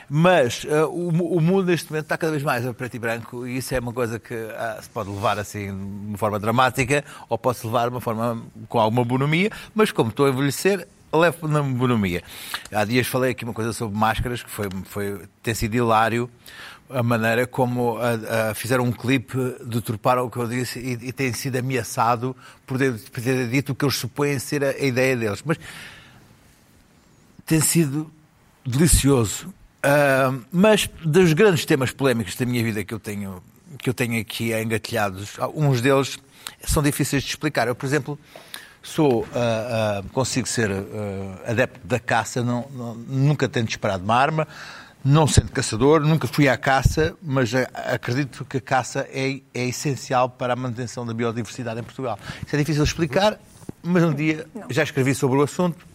Mas ah, o, mu- o mundo neste momento está cada vez mais a preto e branco e isso é uma coisa que ah, se pode levar assim de uma forma dramática ou pode-se levar de uma forma com alguma bonomia, mas como estou a envelhecer, levo na bonomia. Há dias falei aqui uma coisa sobre máscaras que foi, foi ter sido hilário a maneira como ah, ah, fizeram um clipe deturparam o que eu disse e, e têm sido ameaçado por ter, por ter dito o que eles supõem ser a- a ideia deles. Mas tem sido delicioso. Ah, mas dos grandes temas polémicos da minha vida que eu tenho, que eu tenho aqui engatilhados, ah, uns deles são difíceis de explicar. Eu, por exemplo, sou, ah, ah, consigo ser ah, adepto da caça, não- não- nunca tendo disparado uma arma, não sendo caçador, nunca fui à caça, mas ah, acredito que a caça é, é essencial para a manutenção da biodiversidade em Portugal. Isso é difícil de explicar, mas um dia já escrevi sobre o assunto.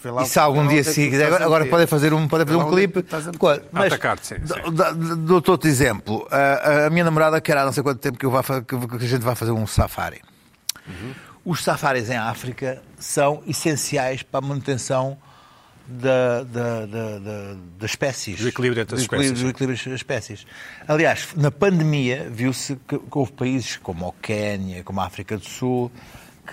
Foi lá e o- se algum foi lá dia onde é se que tu quiser, estás agora, a agora meter. podem fazer um, podem fazer Foi lá um onde é que clipe. tu estás a meter. Claro, mas- Atacar-te, tá sim, sim. da- da- Dou-te outro exemplo. Uh, A, a- a minha namorada quer há não sei quanto tempo que, eu vá, fa- que que a gente vai fazer um safari. Uhum. Os safaris em África são essenciais para a manutenção da, da, da, da- das espécies. Do equilíbrio entre as Do equilíbrio- espécies. do equilíbrio entre as espécies. Aliás, na pandemia viu-se que, que houve países como o Quénia, como a África do Sul,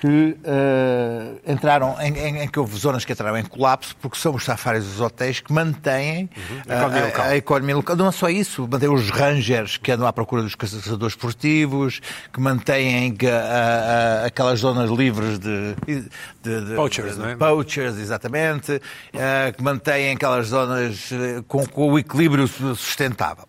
que eh, entraram em, em- em que houve zonas que entraram em colapso porque são os safaris dos hotéis que mantêm Uhum. eh, A economia a- a- local. a economia local. Não é só isso, mantém os rangers que andam à procura dos caçadores esportivos, que mantêm que, a- a- aquelas zonas livres de, de- de- Poachers, de- não é? poachers, exatamente, eh, que mantêm aquelas zonas eh, com, com o equilíbrio su- sustentável.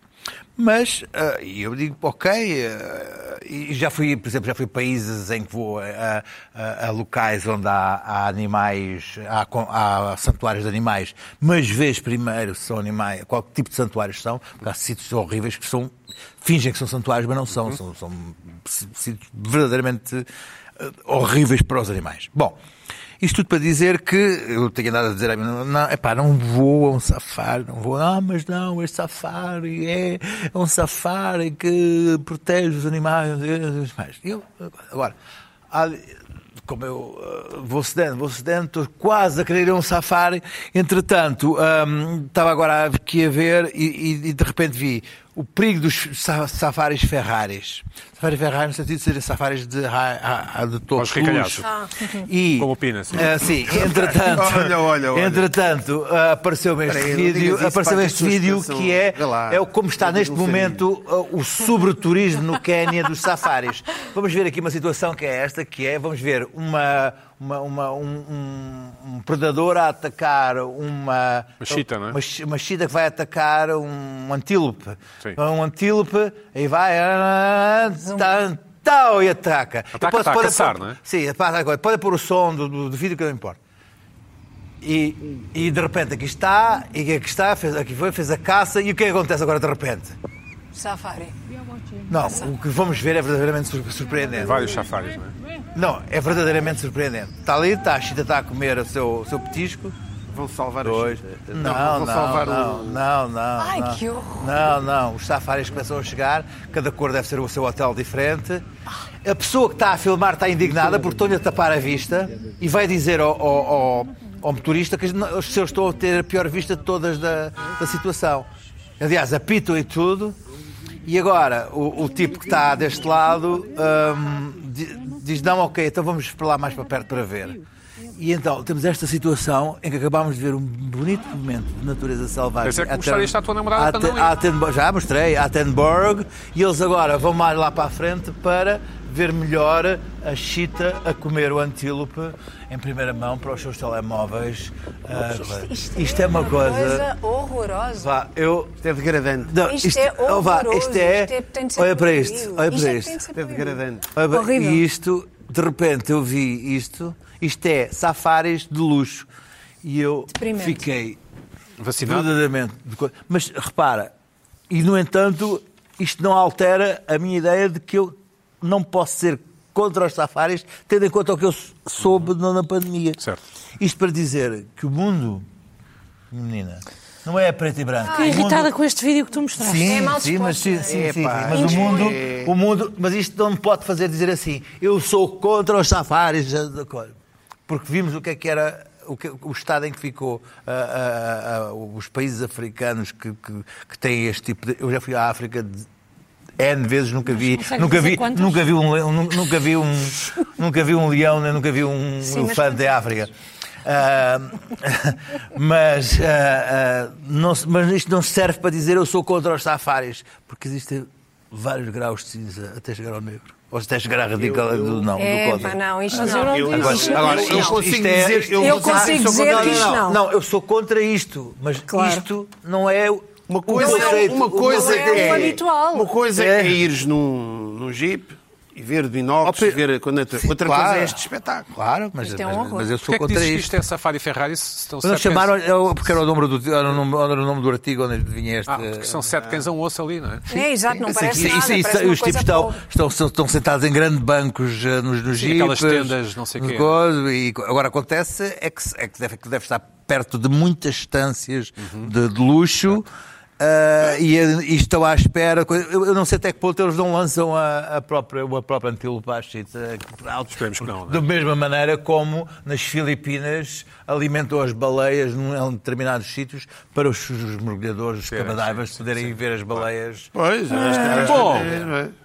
Mas, eh, e eu digo, ok, eh, e já fui, por exemplo, já fui a países em que vou a, a- a locais onde há, há animais, há, con- há santuários de animais, mas vês primeiro se são animais, qual tipo de santuários são, porque há sítios horríveis que são, fingem que são santuários, mas não são, Uhum. são, são sí- sítios verdadeiramente eh, horríveis para os animais. Bom, isto tudo para dizer que eu tenho nada a dizer a mim, não, epá, não vou a um safari, não vou, ah, mas não, este safari é um safari que protege os animais. eh, os animais." Eu, agora, há- como eu eh, vou cedendo, vou cedendo, estou quase a querer ir a um safari. Entretanto, hum, estava agora aqui a ver e, e- e de repente vi o perigo dos sa- safaris Ferraris. Safaris Ferraris no sentido de serem safaris de, ra- ra- ra- de todos Aos ricalhados. E, Como o Pina, sim. Ah, sim, entretanto, Olha, olha, olha. entretanto ah, apareceu este Peraí, não digas vídeo, isso, apareceu pá, que este susto, vídeo são- que é, vê lá. é o como está Eu digo neste um farinho. momento ah, o sobreturismo no Quénia dos safaris. Vamos ver aqui uma situação que é esta, que é, vamos ver, uma, uma- uma- um, um- um predador a atacar uma... Uma chita, não é? Uma, chi- uma chita que vai atacar um antílope. Sim. Um antílope, aí vai... ah, Tan, tal, e ataca. Ataca, Eu posso está a pôr- caçar, não é? Sim, passa agora. Pode pôr o som do, do, do vídeo que não importa. E, e de repente aqui está, e aqui está, fez, aqui foi, fez a caça, e o que é que acontece agora de repente? Safari. Não, o que vamos ver é verdadeiramente sur- surpreendente. Vários safaris, não é? Não, é verdadeiramente surpreendente. Está ali, está, a Chita está a comer o seu, o seu petisco. Vão salvar Dois. as... Não, não, vão salvar não, o... não, não. Ai, não. que horror. Não, não. Os safaris começam a chegar, cada cor deve ser o seu hotel diferente. A pessoa que está a filmar está indignada porque estão-lhe a tapar a vista e vai dizer ao, ao- ao- ao motorista que os seus estão a ter a pior vista de todas da, da situação. Aliás, apitam e tudo. E agora, o, o tipo que está deste lado hum, di- diz: Não, ok, então vamos para lá mais para perto para ver. E então temos esta situação em que acabámos de ver um bonito momento de natureza selvagem. Mas é que Até- mostraste à tua namorada para não Até- ir. Atenbo- já mostrei, a Attenborough, e eles agora vão mais lá para a frente para ver melhor a chita a comer o antílope em primeira mão para os seus telemóveis. Ah, isto é uma coisa. horrorosa. Vá, eu. Isto é degradante. Não, Isto, é oh, vá, horroroso. isto é- tem de ser Olha para proibido. isto, olha para é que isto. tem de ser É proibido. degradante. Ah, bem, Horrível. E isto, de repente, eu vi isto. Isto é safaris de luxo. E eu Deprimente. fiquei Vacinado. verdadeiramente. de co- Mas repara, e no entanto, isto não altera a minha ideia de que eu não posso ser contra os safaris, tendo em conta o que eu sou- soube na na pandemia. Certo. Isto para dizer que o mundo, menina, não é preto e branco. Fiquei O mundo- irritada com este vídeo que tu mostraste. Sim, É mal sim, mas, sim, disposto, sim, é? sim, Epá, sim, mas o é- mundo, o mundo, mas isto não me pode fazer dizer assim, eu sou contra os safaris, porque vimos o que é que era o, que- o estado em que ficou ah, ah, ah, os países africanos que, que, que têm este tipo de. Eu já fui à África de N vezes, nunca vi, consegues nunca dizer vi, quantas? nunca vi um, le- um- nunca vi um, nunca vi um leão, nem nunca vi um Sim, mas elefante em África. Ah, mas, ah, ah, não se- mas isto não serve para dizer eu sou contra os safaris, porque existem vários graus de cinza até chegar ao negro. Ou até chegar à radical do não, É, do contra. pá, não, isto Mas eu não. não Eu- digo agora- isto. agora, eu Isto- consigo isto é- dizer... Eu vou usar- consigo sou dizer contra- que isto não. eu sou contra isto, mas Claro. isto não é um o- Uma o coisa, conceito, uma o coisa conceito é é, o habitual. Uma coisa é, É. ires num, num jeep e ver de inox, Ó, Pe- ver com a natura. Sim, Outra claro. coisa é este espetáculo. Claro, mas, Isto é um mas- horror. mas eu sou Porquê é que contra dizes que isto. isto é safari Ferrari Então, se estão Mas Não sete cães- chamaram, eu- porque era o número do era o número, era o nome do artigo onde vinha este. Ah, porque são sete cães a um osso ali, não é? É, exato, não Isso- parece isso- nada. isso- isso- parece uma os tipos coisa estão, boa. estão, estão, estão sentados em grandes bancos eh, nos, nos Sim, aquelas jipes, tendas, não sei no quê. coisa, e co- agora acontece é que, se- é que deve, que deve estar perto de muitas estâncias Uhum. de, de luxo. eh, e, e estão à espera. coisa- Eu, eu não sei até que ponto eles não lançam a, a própria, a própria antílope à chita. Esperemos que não, não é? Da mesma maneira como nas Filipinas alimentam as baleias num- em determinados sítios para os, os mergulhadores, os cabadaivas, poderem ver as baleias. Pois, é. Bom,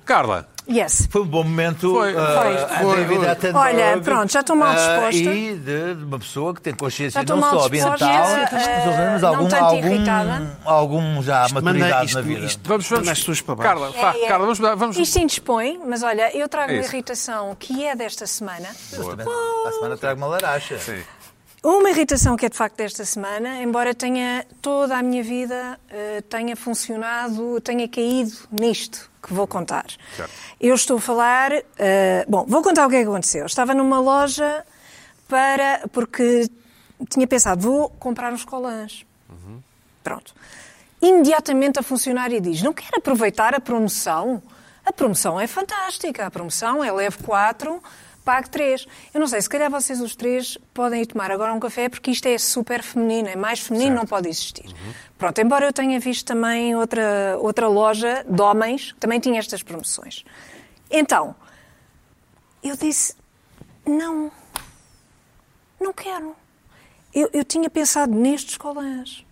Carla, Yes. Foi um bom momento. Foi. ah, Foi. a Foi, David foi. Attenborough, Olha, pronto, já estou mal ah, disposta. e de, de uma pessoa que tem consciência Já estou não mal só disposta, ambiental, ah, mas não algum, tanto irritada. algum, algum já maturidade na vida. isto, vamos, vamos. as suas para baixo. Carla, vá, É, é. Carla, vamos mudar. Vamos... Isto indispõe, mas olha, eu trago É uma isso. irritação que é desta semana. A semana trago uma laracha. Uma irritação que é de facto desta semana, embora tenha toda a minha vida eh, tenha funcionado, tenha caído nisto que vou contar. Eu estou a falar. eh, bom, vou contar o que é que aconteceu. Eu Estava numa loja para. porque tinha pensado, vou comprar uns colãs. Pronto. Imediatamente a funcionária diz: não quer aproveitar a promoção? A promoção é fantástica. A promoção é leve 4, pague 3. Eu não sei, se calhar vocês os três podem ir tomar agora um café, porque isto é super feminino, é mais feminino, não pode existir. Pronto, embora eu tenha visto também outra, outra loja de homens que também tinha estas promoções. Então, eu disse: não, não quero. Eu, eu tinha pensado nestes colãs.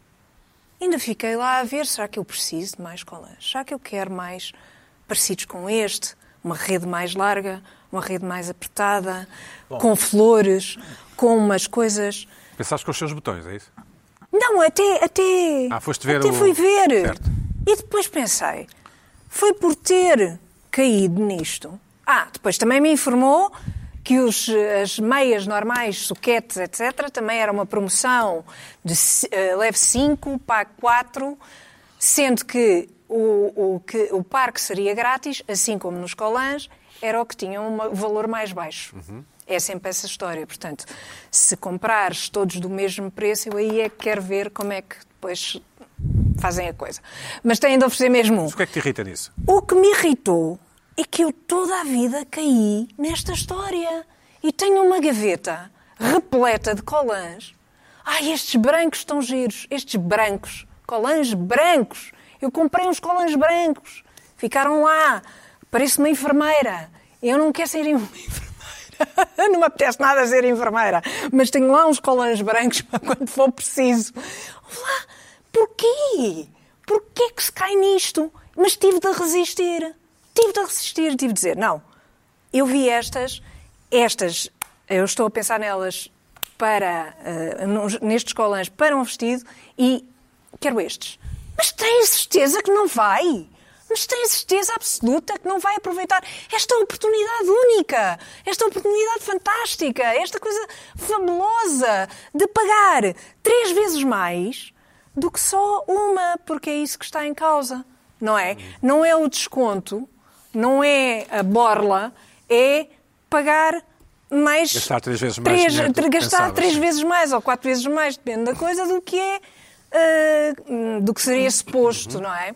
Ainda fiquei lá a ver, será que eu preciso de mais colãs? Será que eu quero mais parecidos com este? Uma rede mais larga, uma rede mais apertada, com flores, com umas coisas... Pensaste com os seus botões, é isso? Não, até. até Ah, foste ver até o- fui ver. Certo. E depois pensei, foi por ter caído nisto. Ah, depois também me informou que os, as meias normais, suquetes, etc., também era uma promoção de c- eh, leve 5, pague 4, sendo que o, o que o parque seria grátis, assim como nos colãs, era o que tinha um ma- valor mais baixo. É sempre essa história. Portanto, se comprares todos do mesmo preço, eu aí é que quero ver como é que depois fazem a coisa. Mas têm de oferecer mesmo um. Mas o que é que te irrita nisso? O que me irritou é que eu toda a vida caí nesta história. E tenho uma gaveta repleta de colãs. Ai, estes brancos estão giros. Estes brancos. Colãs brancos. Eu comprei uns colãs brancos. Ficaram lá. Parece uma enfermeira. Eu não quero ser uma enfermeira. Não me apetece nada ser enfermeira. Mas tenho lá uns colãs brancos para quando for preciso. Olá, porquê? Porquê que se cai nisto? Mas tive de resistir. Tive de resistir, tive de dizer, não, eu vi estas, estas, eu estou a pensar nelas para, eh, nos- nestes colãs para um vestido e quero estes. Mas tem certeza que não vai? Mas tem certeza absoluta que não vai aproveitar esta oportunidade única, esta oportunidade fantástica, esta coisa fabulosa de pagar três vezes mais do que só uma, porque é isso que está em causa, não é? Não é o desconto, não é a borla, é pagar mais. Gastar três vezes mais três- dinheiro do que gastar pensavas. três vezes mais ou quatro vezes mais, depende da coisa, do que é. ah, hum, do que seria suposto, não é?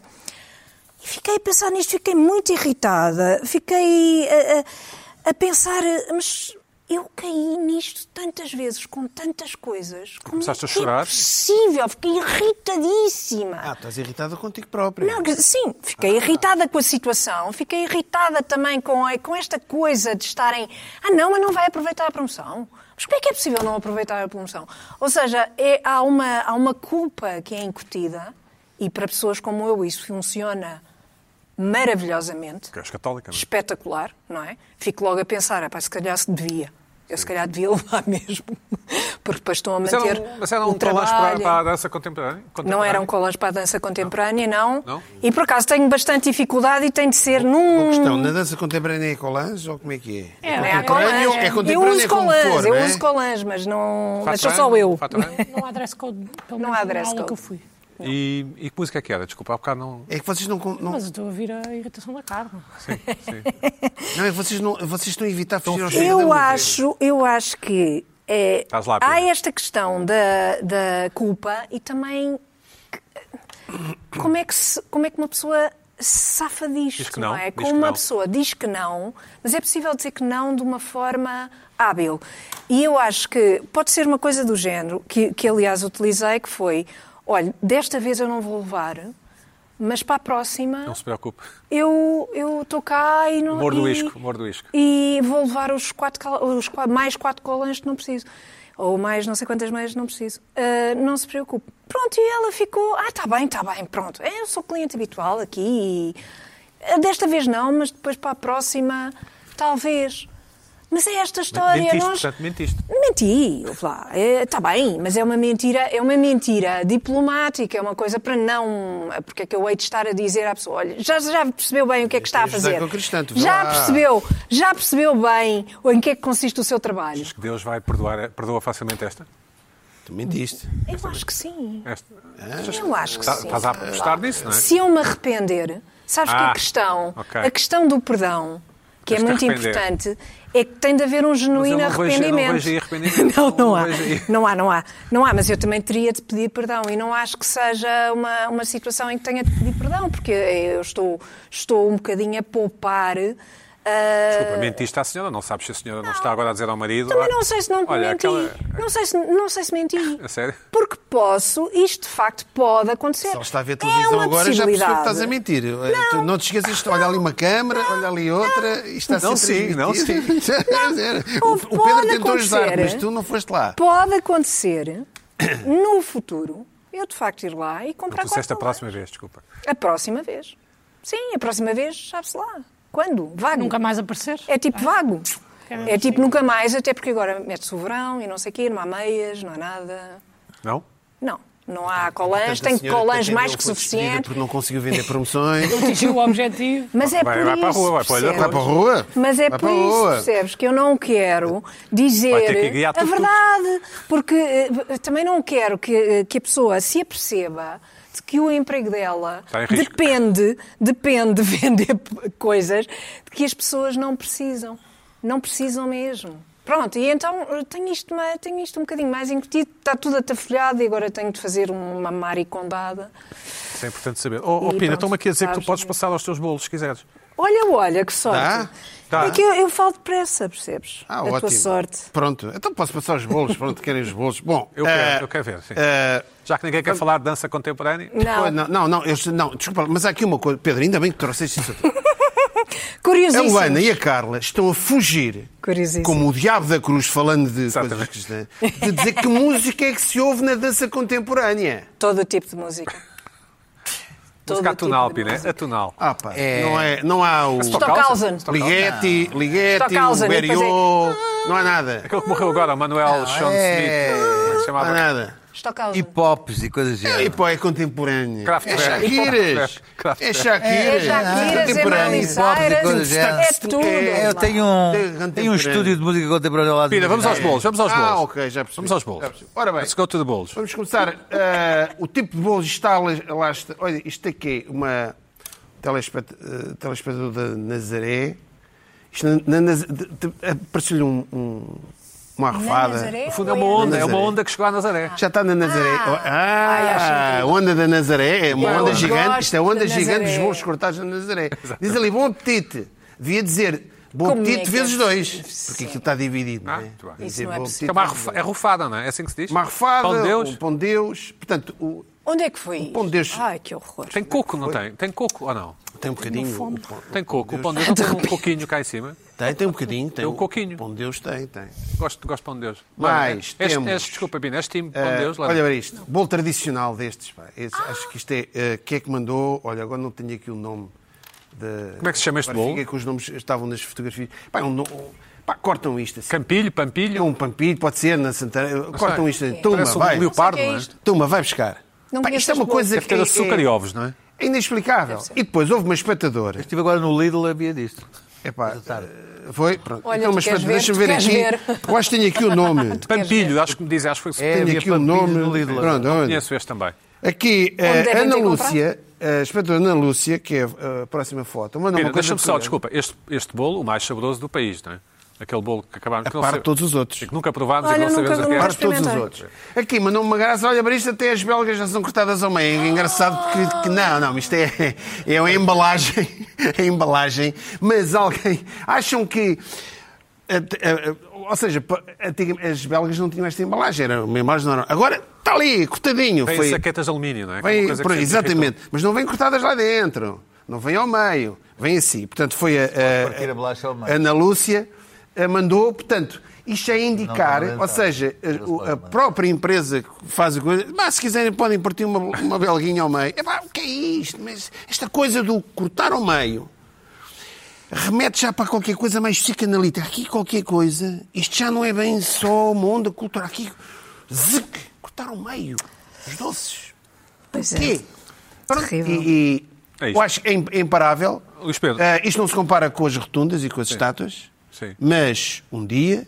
E fiquei a pensar nisto, fiquei muito irritada, fiquei a, a- a pensar, ah, mas eu caí nisto tantas vezes, com tantas coisas. Como Começaste a é que chorar? É possível, fiquei irritadíssima. Ah, estás irritada contigo própria. Não, que- sim, Ah. fiquei irritada com a situação, fiquei irritada também com, a- com esta coisa de estarem. Ah, não, mas não vai aproveitar a promoção. Mas como é que é possível não aproveitar a promoção? Ou seja, é- há, uma, há uma culpa que é incutida, e para pessoas como eu isso funciona maravilhosamente Porque és católica, não é? espetacular, não é? Fico logo a pensar, "Epá, se calhar se devia. Eu se calhar devia levar mesmo, porque depois estão a Mas eram, manter mas é um eram o colãs para, trabalho. para a dança contemporânea? Não um Contemporânea? eram colãs para a dança contemporânea, não. tá Não? E por acaso tenho bastante dificuldade e tem de ser num. Uma questão, na dança contemporânea é colãs ou como é que é? É, Não é, há contemporânea, colãs. é contemporânea eu uso como colãs, for, eu não é? uso colãs, mas não. Fato Mas sou bem? só eu. Fato bem? Não há dress code, pelo Não menos há na dress aula code. que eu fui. E, e que música é que era? Desculpa, há bocado não... É que vocês não, con- não, Mas eu estou a ouvir a irritação da Carla. Sim, sim. não, é que vocês não vocês estão a evitar fugir aos Eu acho, eu acho que é, Estás lá, há Pedro. esta questão da, da culpa e também que- como é que, se- como é que uma pessoa se safa disto, Diz que não, é? diz Como que uma não. pessoa diz que não, mas é possível dizer que não de uma forma hábil. E eu acho que pode ser uma coisa do género, que, que aliás utilizei, que foi, olha, desta vez eu não vou levar, mas para a próxima Não se preocupe. eu eu estou cá e não Mordo o e- isco, mordo o isco. E vou levar os quatro cal- os qua- mais quatro colãs que não preciso. Ou mais não sei quantas mais não preciso. Ah, não se preocupe. Pronto, e ela ficou, ah, está bem, está bem, pronto. É, Eu sou cliente habitual aqui e ah, desta vez não, mas depois para a próxima talvez. Mas é esta história, Mentiste, nós portanto, mentiste. Menti, ouve lá, está bem, mas é uma mentira, é uma mentira diplomática, é uma coisa para não. Porque é que eu hei de estar a dizer à pessoa, olha, já, já percebeu bem o que é que está a fazer. judaico-cristã, tu vê Já lá. percebeu, já percebeu bem em que é que consiste o seu trabalho. Acho que Deus vai perdoar, perdoa facilmente esta? Tu mentiste. Eu acho que sim. Esta? Eu acho que Tá- É, sim. Estás a apostar nisso, não é? Se eu me arrepender, sabes que Ah, a questão, ok. a questão do perdão, que Tens é que muito arrepender. importante, é que tem de haver um genuíno não vejo- eu não arrependimento. vejo aí arrependimento. não, não Não é- há. vejo aí. Não há, não há. Não há, mas eu também teria de pedir perdão e não acho que seja uma, uma situação em que tenha de pedir perdão, porque eu estou, estou um bocadinho a poupar. ah, Desculpa, mentiste à senhora, não sabes se a senhora não está agora a dizer ao marido. também "Olha, não sei se não te olha, menti. aquela- Não, sei se, não sei se menti. A sério? Porque posso, isto de facto pode acontecer. Se ela está a ver é televisão uma agora, já percebeu que possibilidade. estás a mentir. Não, tu não te esqueças, isto, olha ali uma câmara, olha ali outra, isto está a ser Não, sim, não, transmitido. Ou o pode Pedro tentou ajudar, acontecer. mas tu não foste lá. Pode acontecer no futuro eu de facto ir lá e comprar Tu disseste a Coca-Cola. próxima vez, desculpa. A próxima vez. Sim, a próxima vez, sabe-se lá. Quando? Vago. Nunca mais Ah. aparecer. É tipo vago. É tipo nunca mais, até porque agora mete-se o verão e não sei o quê, não há meias, não há nada. Não? Não, não há Portanto, colãs, a tem senhora colãs Catarina mais que foi despedida um suficiente. Porque não conseguiu vender promoções. Atingiu o objetivo. Mas é Vai- por vai para a isso, rua, vai para o olho da percebes? Vai para a rua? Mas é Vai por para a isso, rua. percebes, que eu não quero Vai ter que dizer guiar a tudo. verdade, porque eh, também não quero que, eh, que a pessoa se aperceba de que o emprego dela Está em risco. depende, depende de vender p- coisas de que as pessoas não precisam. Não precisam mesmo. Pronto, e então eh, tenho isto, ma- tenho isto um bocadinho mais incutido, está tudo atafolhado e agora tenho de fazer uma maricondada. Isso é importante saber. Oh, E oh Pina, pronto, estão-me aqui a dizer que tu sabes, podes né? passar aos teus bolos, se quiseres. Olha, olha, que sorte. Dá? Dá. É que eu, eu falo depressa, percebes? Ah, a ótimo. tua sorte. Pronto, então posso passar os bolos. Pronto, querem os bolos. Bom, Eu eh, quero, eu quero ver, sim. eh, Já que ninguém quer falar de dança contemporânea, Não, pois, não, não, não, eu- não, desculpa, mas há aqui uma coisa. Pedro, ainda bem que trouxeste isso. aqui. A curiosíssimo. Luana É um e a Carla estão a fugir, Curiosíssimo. como o diabo da cruz, falando de coisas Exatamente. cristãs, de dizer que música é que se ouve na dança contemporânea. Todo o tipo de música. Todo música o tipo atonal, de Pina, é música. atonal. Ah, pá, É. Não, é, não há o. Stockhausen. Ligeti, Ligeti, Stockhausen, o e depois é- Berriot, não há nada. Aquele que morreu agora, o Manuel Sean é- Smith, como é que se Ah, Não há chamava? nada. Stockhausen. Hip hops e coisas do E género. pô, é contemporâneo. É Kraftwerk. Shakiras. Kraftwerk. É Shakiras. É Shakiras, é Miley Hip hop e Cyrus, coisas do é género. tudo. É, Eu tenho um, Contemporâneo. tenho um estúdio de música contemporânea lá de Pina, vamos aos É. bolos, vamos aos bolos. Ah, ok, já percebi. Vamos aos bolos. Já percebi. Ora bem. Let's go to the bolos. Vamos começar. Ah, o tipo de bolos está lá. lá está- olha, isto aqui é uma telespect, ah, telespectador da Nazaré. Isto na, na, Naz- de- de- Apareceu-lhe um, um- uma arrofada. Nazaré? No fundo é uma onda, é uma Nazaré. onda que chegou a Nazaré. Já está na Nazaré. Ah. Ai, Ah, acho a onda da Nazaré. É uma Eu onda gosto gigante. Isto é a onda da gigante dos Nazaré. bolos cortados na Nazaré. Diz ali, bom apetite. Devia dizer bom Como é apetite que vezes é? dois. Sim. Porque aquilo está dividido. Ah, não é? muito bem. Devia Isso dizer não é bom apetite. possível. É uma arrofa- é rufada, não é? É assim que se diz? Uma arrofada, Pão de um Deus. pão de Deus. Portanto, o- Onde é que foi isto? Um Pão de Deus. Ai, que horror. Tem coco, não tem? Tem coco ou não? tem um bocadinho. o pão- Tem coco. O pão de Deus não tem um coquinho cá em cima. Tem, tem um bocadinho. Tem É o o- coquinho. o Pão de Deus tem, tem. Gosto, gosto de pão de Deus. Mais, Olha, és- temos. és- desculpa, Pina, és time de pão Eh, de Deus? Lembra? olha para isto. Bolo tradicional destes. Pá. Esse- Acho que isto é. eh, quem é que mandou? Olha, agora não tenho aqui o nome. De... Como é que se chama este Agora bolo? Fiquei com os nomes estavam nas fotografias. Pá, é um no- pá, cortam isto assim. Campilho, É pampilho. um pampilho, pode ser, na Santana. Cortam isto. Sim. Toma, Parece um vai. leopardo, Não sei o que é não é? isto. Tuma, vai buscar. Não Pá, conheço isto é uma este bolo. coisa Deve ter açúcar e ovos, não é? É inexplicável. E depois houve uma espectadora. Estive agora no Lidl, havia disto. Epá, eh, foi, pronto. Olha, então, tu mas queres espera, ver? deixa-me Tu ver queres aqui. ver? Eu acho que tenho aqui o É nome. Pampilho, acho que me dizem, acho que foi. É, tenho havia aqui um o pampilhos nome. no Lidl. Pronto, olha. Conheço este também. Aqui, eh, devem Ana ter comprado? Lúcia, a espectadora Ana Lúcia, que é eh, a próxima foto. Manda Pina, uma coisa deixa-me só, por- desculpa, este, este bolo, o mais saboroso do país, não é? Aquele bolo que acabaram é que A não par de sabe- todos os outros. e que nunca provámos e Olha, que não nunca- sabemos o que é. A nunca par de todos os experimentei. outros. Aqui, mandou-me uma graça. Olha, para isto até as belgas já são cortadas ao meio. É engraçado que, que não, não, isto é, é uma embalagem. É embalagem. Mas alguém... Acham que... eh, eh, Ou seja, pa- antigamente as belgas não tinham esta embalagem. Era uma embalagem normal. Agora está ali, cortadinho. Vem Foi- saquetas de alumínio, não é? Que é uma Vem, coisa que por- sempre exatamente, mas não vem cortadas lá dentro, não vem ao meio, vem assim. Portanto, foi a, partir a bolacha ao a, meio. Ana Lúcia, a mandou, portanto, isto é indicar, Não, não, não, ou seja, a, o- a própria empresa que faz a coisa, mas se quiserem podem partir uma, uma belguinha ao meio. Epá, o que é isto? Mas esta coisa do cortar ao meio remete já para qualquer coisa mais psicanalítica. Aqui qualquer coisa, isto já não é bem só uma onda cultural. Aqui, zic, cortar ao meio, os doces. Pois é. Quê? Pronto, Terrível. E, e É isto. eu acho que é im- é imparável. Luís Pedro. Eh, isto não se compara com as rotundas e com as estátuas, Sim. mas um dia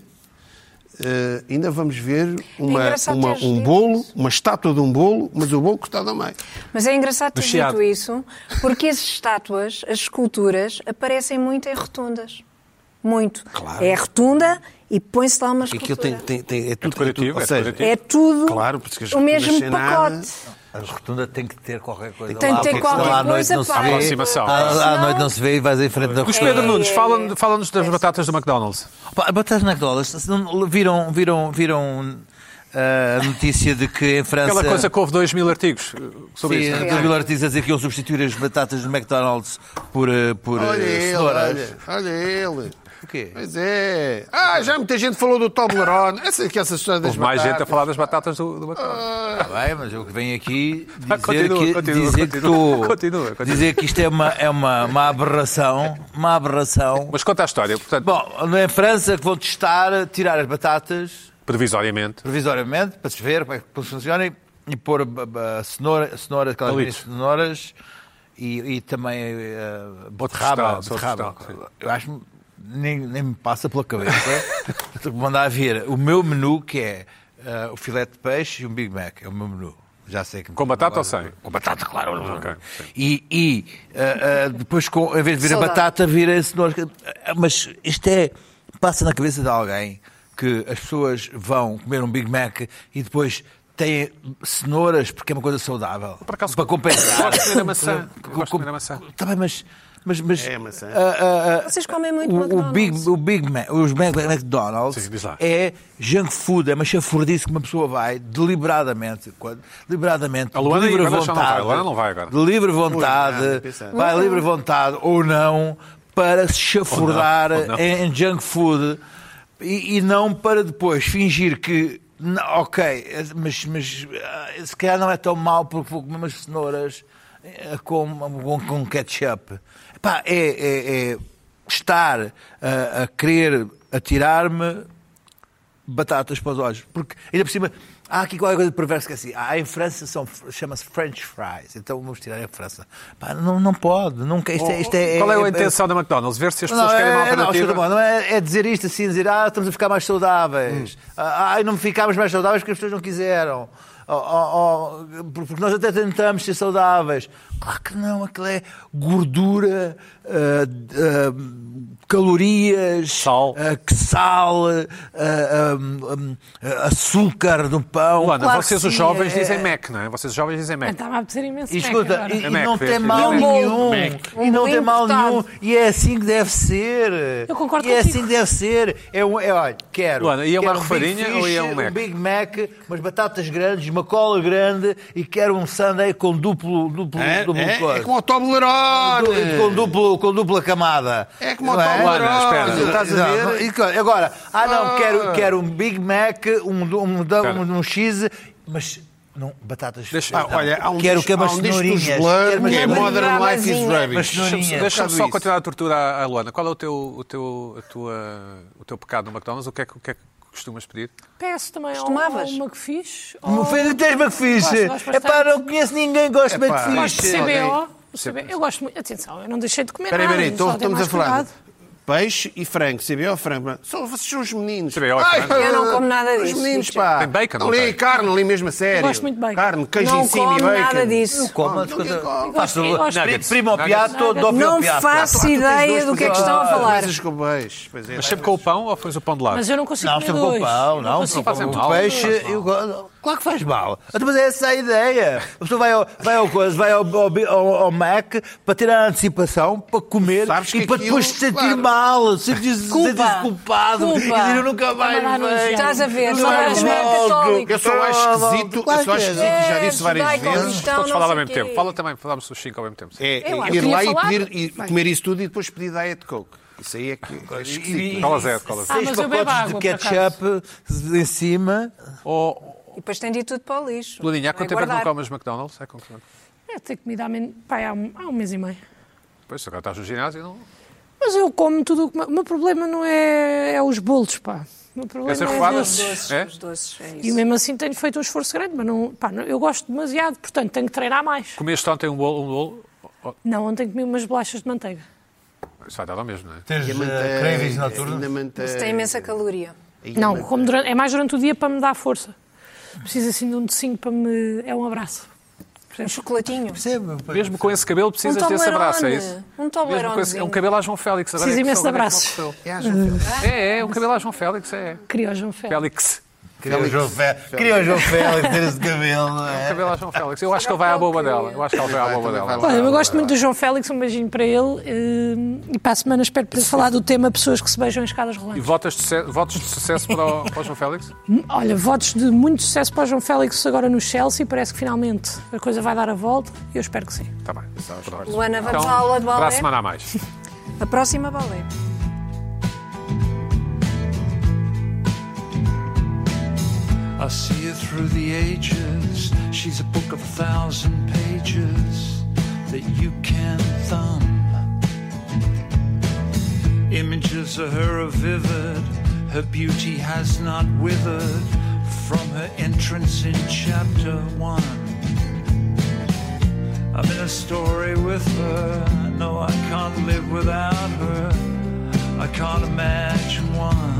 eh, ainda vamos ver uma- É engraçado uma- teres um dito bolo, uma estátua de um bolo, mas o bolo cortado ao meio. Mas é engraçado ter Do Chiado. dito isso, porque as estátuas, as esculturas, aparecem muito em rotundas. Muito. Claro. É a rotunda e põe-se lá uma escultura. Aquilo tem, tem, tem, é tudo decorativo, é tudo- é ou seja, decorativo. É tudo Claro, porque as o mesmo rotundas sem nada. pacote. A rotunda tem que ter qualquer coisa. Tem que lá, ter porque qualquer senão à noite coisa, não se pá. vê. Aproximação. À, à Senão- noite não se vê e vais em frente da Luís rotunda. Pedro É, Nunes, é, é. fala-nos fala das batatas do McDonald's. Pá, Batatas McDonald's, se não- viram, viram, viram ah, a notícia de que em França. Aquela coisa que houve dois mil artigos eh, sobre Sim, isso. não é? do Bill Ortiz a dizer que iam substituir as batatas do McDonald's por, eh, por eh, Olha ele, cenouras. olha, olha ele. Porquê? Pois é. Ah, já muita gente falou do Toblerone. Essa que essa história das Houve mais gente a batatas. falar das batatas do, do Macau. Está bem, mas eu que venho aqui dizer, Ah, continua, que, continua, dizer que continua, tu- continua, continua. dizer que isto é uma, é uma, uma aberração, uma aberração. Mas conta a história, portanto, Bom, na França que vão testar, tirar as batatas provisoriamente. provisoriamente para se ver como é que funciona e, e pôr b- b- cenoura, cenoura aquelas Palitos. mini cenouras e, e também eh, beterraba. Tostada, só beterraba. tostada, Eu acho que nem, nem me passa pela cabeça. Tenho que mandar vir o meu menu que é eh, o filete de peixe e um Big Mac. É o meu menu. Já sei que Com batata ou sem? Com batata, claro. Ok, sim. E, e, eh, eh, depois, com, em vez de vir a Saudade. batata, vira a cenoura. Eh, Mas isto é. Passa na cabeça de alguém que as pessoas vão comer um Big Mac e depois têm cenouras porque é uma coisa saudável. acaso, para compensar. gosto de comer a maçã. Eu gosto de comer a maçã. Está bem, mas. mas, mas É, maçã. Vocês comem muito o, o McDonald's. Big, o Big Mac, os Mac- McDonald's Sim, diz lá. é junk food, é uma chafurdice que uma pessoa vai deliberadamente, quando- deliberadamente, A Luana- de livre a Luana já não vai, vontade, a Luana não vai agora. de livre vontade, Ui, não, pensar. vai a livre vontade ou não para se chafurdar Ou não. Em, em junk food e, e não para depois fingir que "Não, ok, eh, mas, mas ah, se calhar não é tão mal porque vou comer umas cenouras eh, com, com, com ketchup. Pá, é, é- é estar a, a querer atirar-me batatas para os olhos. Porque ainda por cima há aqui qualquer coisa de perverso que é assim. Ah, em França são- chama-se French fries. Então vamos tirar a França. Pá, não, não pode. Nunca, isto é, isto é- Qual é é- a intenção da McDonald's? Ver se as pessoas não, querem uma é- é- não, escuta, alternativa. bom, não é, é dizer isto assim, dizer ah, estamos a ficar mais saudáveis, Hum. ah, ai, não ficámos mais saudáveis porque as pessoas não quiseram. Oh, oh, oh, porque nós até tentamos ser saudáveis. Claro que não, aquilo é gordura, ah, d- ah, calorias, Sal. ah, que sal, ah, ah, hum, ah, açúcar no pão. Luana, Claro que vocês os sim, jovens é- dizem Mac, não é? Vocês os jovens dizem Mac. Estava a dizer imenso. e Mac escuta, agora. e, e É Mac, assim. não fez, tem fez. mal E um bolo. nenhum. Um E não tem bolinho mal cortado. nenhum. E é assim que deve ser. Eu concordo E é contigo. assim que deve ser. É um, é, olha, quero. Luana, e é uma quero refarinha Big ou é um Fish, Mac? Big Mac, umas batatas grandes, uma cola grande e quero um sundae com duplo, duplo, É, duplo é, coisa. é como o Toblerone. Du- com, duplo, com dupla camada. É como o Não Toblerone. Luana, espera. Estás a Não, não, ver? e co- Agora, ah não, Ah. quero, quero um Big Mac, um, du- um, du- Espera. um, um X, mas não, batatas Deixa- fritas, Ah, não. Olha, há um quero disco, que é há umas um disco dos cenourinhas, Blur, quero umas que é cenourinhas. Modern Life is Mas Mas Rubbish. cenourinhas. Deixa-me bocado só isso. continuar a tortura à à Luana. Qual é o teu, o teu, a tua, o teu pecado no McDonald's? O que é que, o que é que costumas pedir? Peço também ao, ao Costumavas? McFish. Me fez até as Gosto, McFish. gosto É pá, bastante. não conheço ninguém que gosta de Epá. Gosto de McFish. CBO. do CBO. Eu gosto muito. Atenção, eu não deixei de comer Espera aí, nada. espera aí, Ah, só então dei estamos a mais falar. de cuidado. Peixe e frango, CBO frango. Só vocês são os meninos. CBO é frango. Eu não como nada Os disso, é meninos, Richard. pá. Tem bacon, não ali, tem? carne, ali mesmo a sério. gosto muito de bacon. Carne, queijo Não em cima e como bacon. nada disso. Como? Não, não, não. Faço Eu gosto- pri- Nuggets. primo ao Nuggets. piato, Nuggets. dobro ao Não piato. faço ideia do que é que Ah, Ah, estão a falar. Coisas com peixe. Pois é. Mas sempre com o pão ou fazes o pão de lado? Mas eu não consigo Não, comer sempre com dois. o pão, Eu não, consigo com comer o dois. peixe, eu go- claro que faz mal. Então, Mas é essa a ideia. A pessoa vai ao, vai ao, coisa, vai ao, ao- ao- ao Mac para ter a antecipação, para comer Sabes e que para depois se aquilo, sentir claro. mal, se sentir Culpa. sentir-se culpado Culpa. e dizer eu nunca mais Também venho. dá é nojo. Estás a ver, Eu só vais um mais ver volto. católico. Eu só acho esquisito, eu é. só acho esquisito, e já disse várias Judaico, vezes. cristão, Todos então, não falar ao sei mesmo quê. tempo. Fala também, falamos os cinco ao mesmo tempo. sim. É, Eu é acho ir que lá ia e, falar. pedir, e comer isso tudo e depois pedir Diet Coke. Isso aí é que é esquisito. Cola zero, cola zero. Ah, Seis mas eu bebo pacotes de água, por ketchup em cima. Ou, E depois tem de ir tudo para o lixo. Luaninha, Oh, há Vai quanto tempo é que não guardar. comes McDonald's? É com que- Eu tenho comido há, men- pá, há um, há um mês e meio. Pois, agora estás no ginásio, não? Mas eu como tudo o que... O meu problema não é, é os bolos, pá. O meu problema Essa é revoada? doces. Doces, É? os doces, é E isso. mesmo assim tenho feito um esforço grande, mas não, pá, não- eu gosto demasiado, portanto tenho que treinar mais. Comeste ontem um bolo, um bolo. Oh, Não, ontem comi umas bolachas de manteiga. oh, Isso vai dar ao mesmo, não é? Tens Manteiga, cravings ainda manteiga. Isso tem imensa caloria. Ainda Não, manteiga. como durante- é mais durante o dia para me dar força. Preciso assim de um docinho para me... é um abraço. Um chocolatinho. Mesmo com esse cabelo precisas Um desse abraço, é Toblerone. isso? Um Toblerone. Mesmo com esse- É um cabelo à João Félix. Agora Preciso é que imenso de só- agora é que abraços. aconteceu. É, acho que- É, é, um cabelo à João Félix, é. Queria o João Félix. Félix. Queria o João Fé- queria o João Félix ter esse cabelo. não é? Cabelo à João Félix. Eu acho que ele é vai à boba dela. Eu acho que ele vai à boba Também vai, dela. também Olha, eu gosto muito do João Félix, um beijinho para ele eh, e para a semana espero poder falar do tema pessoas que se beijam em escadas E rolantes. votos de sucesso, votos de sucesso para, o, para o João Félix? Olha, votos de muito sucesso para o João Félix agora no Chelsea, parece que finalmente a coisa vai dar a volta e eu espero que sim. Está Tá bem. Pronto. Luana, vamos Então, à aula de Para a balé? semana a mais. A próxima balé. I see it through the ages. She's a book of a thousand pages that you can thumb. Images of her are vivid. Her beauty has not withered from her entrance in chapter one. I'm in a story with her. No, I can't live without her. I can't imagine why.